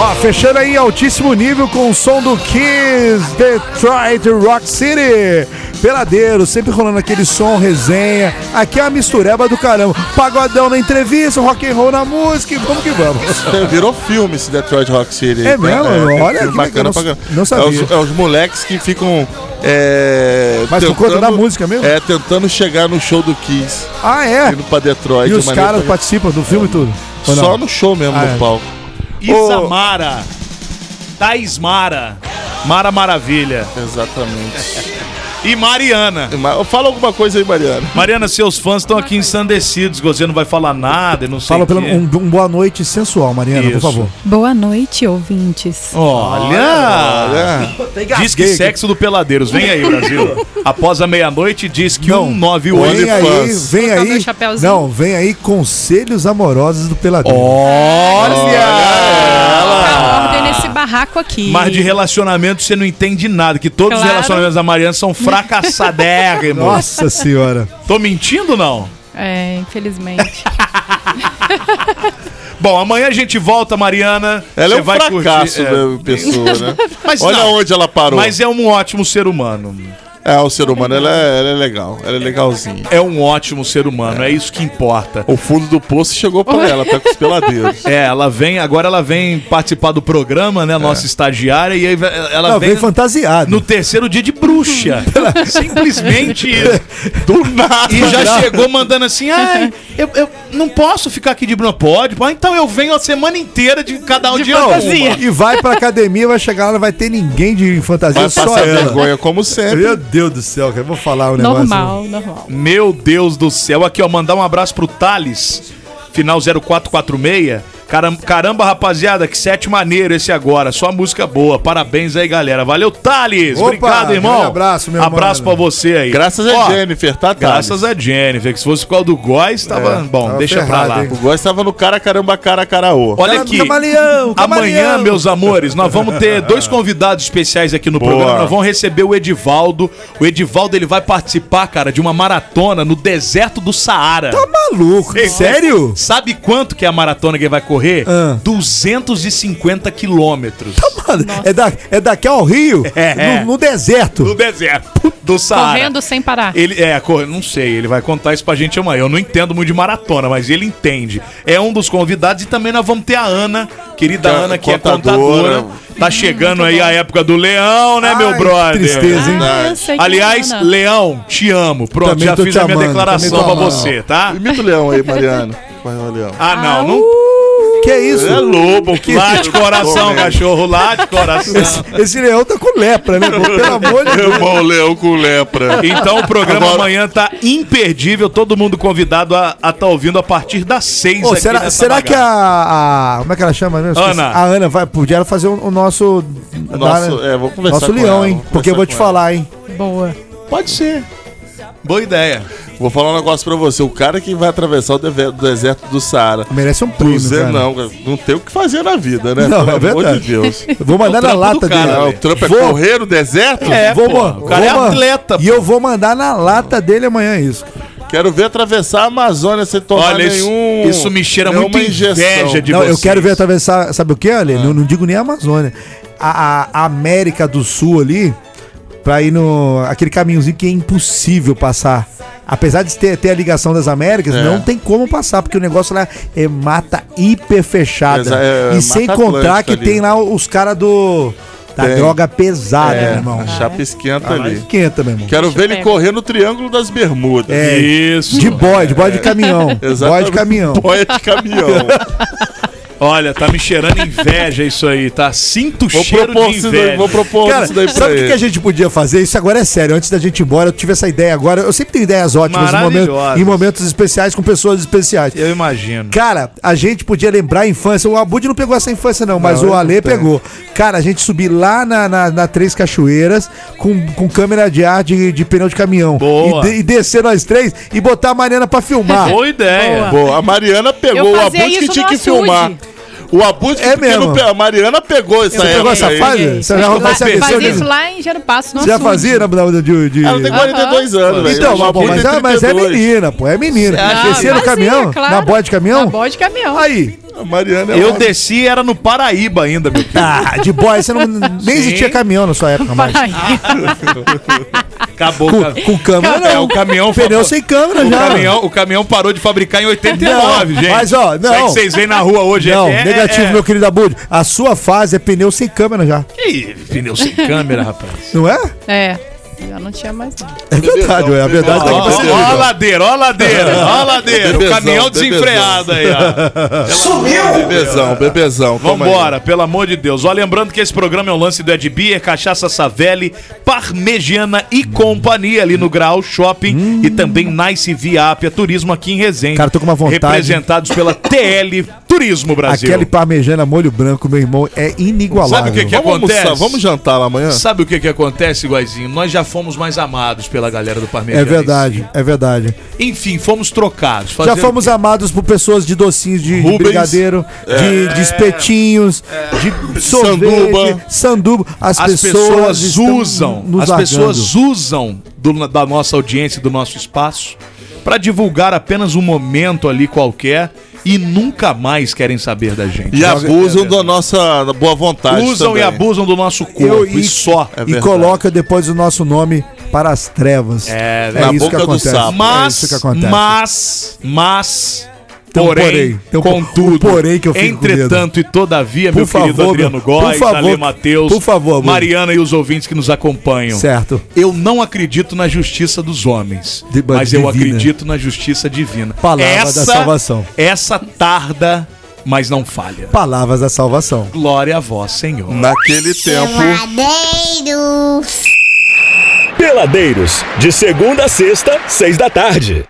Ó, fechando aí em altíssimo nível com o som do Kiss, Detroit Rock City. Peladeiro, sempre rolando aquele som, resenha. Aqui é uma mistureba do caramba. Pagodão na entrevista, rock and roll na música, e vamos que vamos.
Virou filme esse Detroit Rock City. tá?
É mesmo? Olha
filme bacana
que legal,
pra
não-
caramba.
não sabia.
É os, é os moleques que ficam. É,
Mas por conta da música mesmo?
É, tentando chegar no show do Kiss.
Ah, é?
Indo pra Detroit.
E os
é maneiro
caras
pra-
participam do filme e tudo? Ou não?
Só no show mesmo,
Ah,
no
é.
palco.
Isamara. Thaís Mara. Mara Maravilha.
Exatamente.
E Mariana.
Fala alguma coisa aí, Mariana.
Mariana, seus fãs estão aqui ensandecidos, você não vai falar nada e não sei
Fala
o quê.
pelo um, um boa noite sensual, Mariana, por
é. Isso.
favor.
Boa noite, ouvintes.
Olha! Diz que sexo do Peladeiros. Vem aí, Brasil. Após a meia-noite, diz que um nove o
Vem aí,
OnlyFans.
vem aí. Não, vem aí conselhos amorosos do Peladeiro.
Ordem nesse barraco aqui.
Mas de relacionamento você não entende nada, que todos os
Claro.
relacionamentos da Mariana são fracassadérrimos.
Nossa senhora.
Tô mentindo ou não?
É, infelizmente.
Bom, amanhã a gente volta, Mariana.
Ela é
Você
um
vai
fracasso
curtir, é.
da pessoa, né?
Mas
Olha
não.
onde ela parou.
Mas é um ótimo ser humano.
É, o ser humano, ela é, ela é legal. Ela é legalzinha.
É um ótimo ser humano, é, isso que importa.
O fundo do poço chegou pra ela, tá com os peladeiros.
É, ela vem, agora ela vem participar do programa,
É.
né? Nossa estagiária, e aí ve- ela
Ela
vem.
vem fantasiada.
No terceiro dia de bruxa. Simplesmente do
Ah,
nada. E
tá.
já chegou mandando assim: ai, eu, eu não posso ficar aqui de bruxa. Pode, pode. Então eu venho a semana inteira de cada um dia uma.
E vai pra academia, vai chegar lá, não vai ter ninguém de fantasia,
Vai
só
passar
ela.
vergonha, como sempre.
Meu Deus do céu, cara, eu vou falar um negócio.
normal, normal.
Meu Deus do céu. Aqui, ó, mandar um abraço pro Thales, final 0446. Caram- Caramba, rapaziada, que sete maneiro esse agora. Só música boa. Parabéns aí, galera. Valeu, Thales.
Opa,
Obrigado, irmão.
grande abraço, meu
Abraço
mano.
pra você aí.
Graças a
Ó,
Jennifer, tá, Thales?
Graças a Jennifer, que se fosse por causa do Góis, tava.
É,
bom,
tava
deixa pra
ferrado,
lá.
hein? O Góis tava no cara, caramba, cara, caraô.
Olha aqui.
Camaleão,
Amanhã,
camaleão.
meus amores, nós vamos ter dois convidados especiais aqui no
Boa.
programa. Nós vamos receber o Edivaldo. O Edivaldo ele vai participar, cara, de uma maratona no deserto do Saara. Tá
maluco? Sério? Ah.
Sabe quanto que é a maratona que ele vai correr? 250 quilômetros.
É, da, é daqui ao Rio,
É.
No, no deserto.
No deserto do Saara.
Correndo sem parar.
Ele é, cor- não sei, ele vai contar isso pra gente amanhã. Eu não entendo muito de maratona, mas ele entende. É um dos convidados e também nós vamos ter a Ana, querida
Que é
Ana, que
contadora.
é contadora.
Hum,
Tá chegando aí a época do Leão, né, meu brother?
tristeza, hein?
Ah, eu sei que é
Aliás,
Ana.
Leão, te amo. Pronto,
Também
já
tô
fiz
te
a minha
amando,
declaração
também tô
pra
amando.
você, tá?
Imita o leão aí, Mariano. Vai, o leão.
Ah, não, não.
Que é isso?
É lobo,
Que-
lá de coração,
né?
cachorro, lá de coração.
Esse leão tá com lepra, né? pô? Pelo amor de Deus.
Irmão leão com lepra.
Então o programa
Agora-
amanhã tá imperdível, todo mundo convidado a estar ouvindo a partir das seis
Ô,
aqui
será
nessa
será que é
bagaça.
a, a- Como é que ela chama mesmo? Esqueci.
Ana.
A Ana vai, podia ela fazer o, o nosso. né?
Nosso- é, vou conversar
Nosso
com
leão,
ela,
hein?
vou
Porque eu vou te
conversar com
falar, hein?
Boa.
Pode ser. Boa ideia.
Vou falar um negócio pra você. O cara que vai atravessar o deve- deserto do Saara.
Merece um prêmio,
é,
Duzen,
cara.
não, não tem o que fazer na vida, né?
Não,
Pelo
é
amor
verdade.
de Deus.
Vou mandar na lata dele.
Ah, o Trump é
Vou- É.
correr no deserto?
É,
vou,
pô.
ma- vou ma- E eu vou mandar na lata dele amanhã é isso.
Quero ver atravessar a Amazônia sem tomar
Olha, isso-
nenhum.
isso me cheira
nenhuma
muita inveja de
não, eu
vocês.
quero ver atravessar. Sabe o que, Ale?
Ah.
Não, não digo nem a Amazônia. A, a- a América do Sul ali, pra ir no. aquele caminhozinho que é impossível passar. apesar de ter, ter a ligação das Américas,
É.
não tem como passar, porque o negócio lá é mata hiper fechada.
Exa- é,
e sem
Mata
contar que
Atlântica
tem
ali.
lá os caras do. Da
Tem.
droga pesada,
É,
meu irmão.
a chapa esquenta
Ah,
ali.
Esquenta, meu irmão.
Quero ver ele
correr.
correr no Triângulo das Bermudas.
É, Isso. de boy, de
É.
boy de caminhão. Boy de caminhão.
Boy de caminhão.
Olha, tá me cheirando inveja isso aí, tá? Sinto
Vou
cheiro
propor
de
isso
inveja.
daí, vou propor
Cara, sabe o que é que a gente podia fazer? Isso agora é sério. Antes da gente ir embora, eu tive essa ideia agora. Eu sempre tenho ideias ótimas em momentos,
Maravilhosas.
em momentos especiais com pessoas especiais.
Eu imagino.
Cara, a gente podia lembrar a infância. O Abud não pegou essa infância, não, mas
Não,
o
eu
Ale
não tenho.
pegou. Cara, a gente subir lá na, na, na Três Cachoeiras com, com câmera de ar de, de pneu de caminhão.
Boa.
E, de- e descer nós três e botar a Mariana pra
Ah,
filmar.
Boa ideia. Boa. A Mariana pegou
Eu
o
fazia
Abud que
isso
tinha
no
que
açude.
filmar. O Abud
É
que porque
mesmo.
não pe- A Mariana pegou essa
Você pegou
época
essa
aí.
fase? Você já-
Lá,
Mas você
é
aqueceu,
fazia
né?
isso lá em Gero Passo, no
Você já
açude.
fazia na na- de, de...
Ela tem 42 anos, velho.
Então,
Hoje
mas,
em dia
mas,
tem
ah, mas é
32.
menina, pô. É menina.
Você acha?
Descer no
Fazia,
caminhão?
Ah, claro.
Na boia de caminhão?
Na boia de caminhão.
Aí.
A Mariana é
Eu desci era no Paraíba ainda, meu filho.
Ah, de boia. Você não, nem existia caminhão na sua época mais.
Acabou.
Com,
cara.
com câmera não.
É, o caminhão
Pneu sem câmera
o
já.
caminhão, o caminhão parou de fabricar em 89,
Não,
gente.
Mas, ó,
Isso
não.
aí que vocês veem na rua hoje
Não,
é, é-
negativo,
é-
meu querido Abud. A sua fase é pneu sem câmera já.
Ih, pneu sem câmera, rapaz.
Não é?
É. Já não tinha mais nada.
É verdade, ué. A verdade tá
Ó,
aqui pra
ó,
você.
ó a
ver, ó.
ladeira, ó a ladeira, ó a ladeira. O
Bebezão,
caminhão desenfreado aí, ó.
Sumiu! Bebezão, bebezão. calma aí.
Vambora, pelo amor de Deus. Ó, lembrando que esse programa é um lance do Ed Beer, Cachaça Savelli, Parmegiana e Companhia ali no Grau Shopping e também Nice Via Apia Turismo aqui em Resende.
Cara, tô com uma vontade.
Representados pela TL Turismo Brasil.
Aquele parmejana molho branco, meu irmão, é inigualável.
Sabe o que que
Vamos
acontece?
almoçar, vamos
jantar lá amanhã?
Sabe o que que acontece, Guaizinho? Nós já fomos mais amados pela galera do Parmegiana.
É verdade, é verdade.
Enfim, fomos trocados.
Já
Fazer-
fomos amados por pessoas de docinhos de, de
Rubens.
brigadeiro,
É.
de, de espetinhos, de sorvete, sanduba.
Sanduba.
As,
As
pessoas,
pessoas,
estão
usam,
nos
as
largando.
pessoas usam do- da nossa audiência, do nosso espaço, pra divulgar apenas um momento ali qualquer e nunca mais querem saber da gente.
E abusam da nossa boa vontade.
Usam
também.
e abusam do nosso corpo
Eu-
e, só. é
e coloca depois o nosso nome para as trevas. É,
na boca do sapo.
Mas,
Mas, mas, mas,
Tem um
porém,
porém, tem um po- um
contudo,
porém que eu fico com medo.
entretanto e todavia,
Por
meu querido
favor,
Adriano
meu-
Góes,
por favor,
Ale Matheus,
por favor, amor.
Mariana e os ouvintes que nos acompanham.
Certo.
Eu não acredito na justiça dos homens,
De-
mas eu
divina.
acredito na justiça divina.
Palavra da salvação.
Essa tarda, mas não falha.
Palavras da salvação.
Glória a vós, Senhor.
Naquele
Peladeiros, de segunda a sexta, seis da tarde.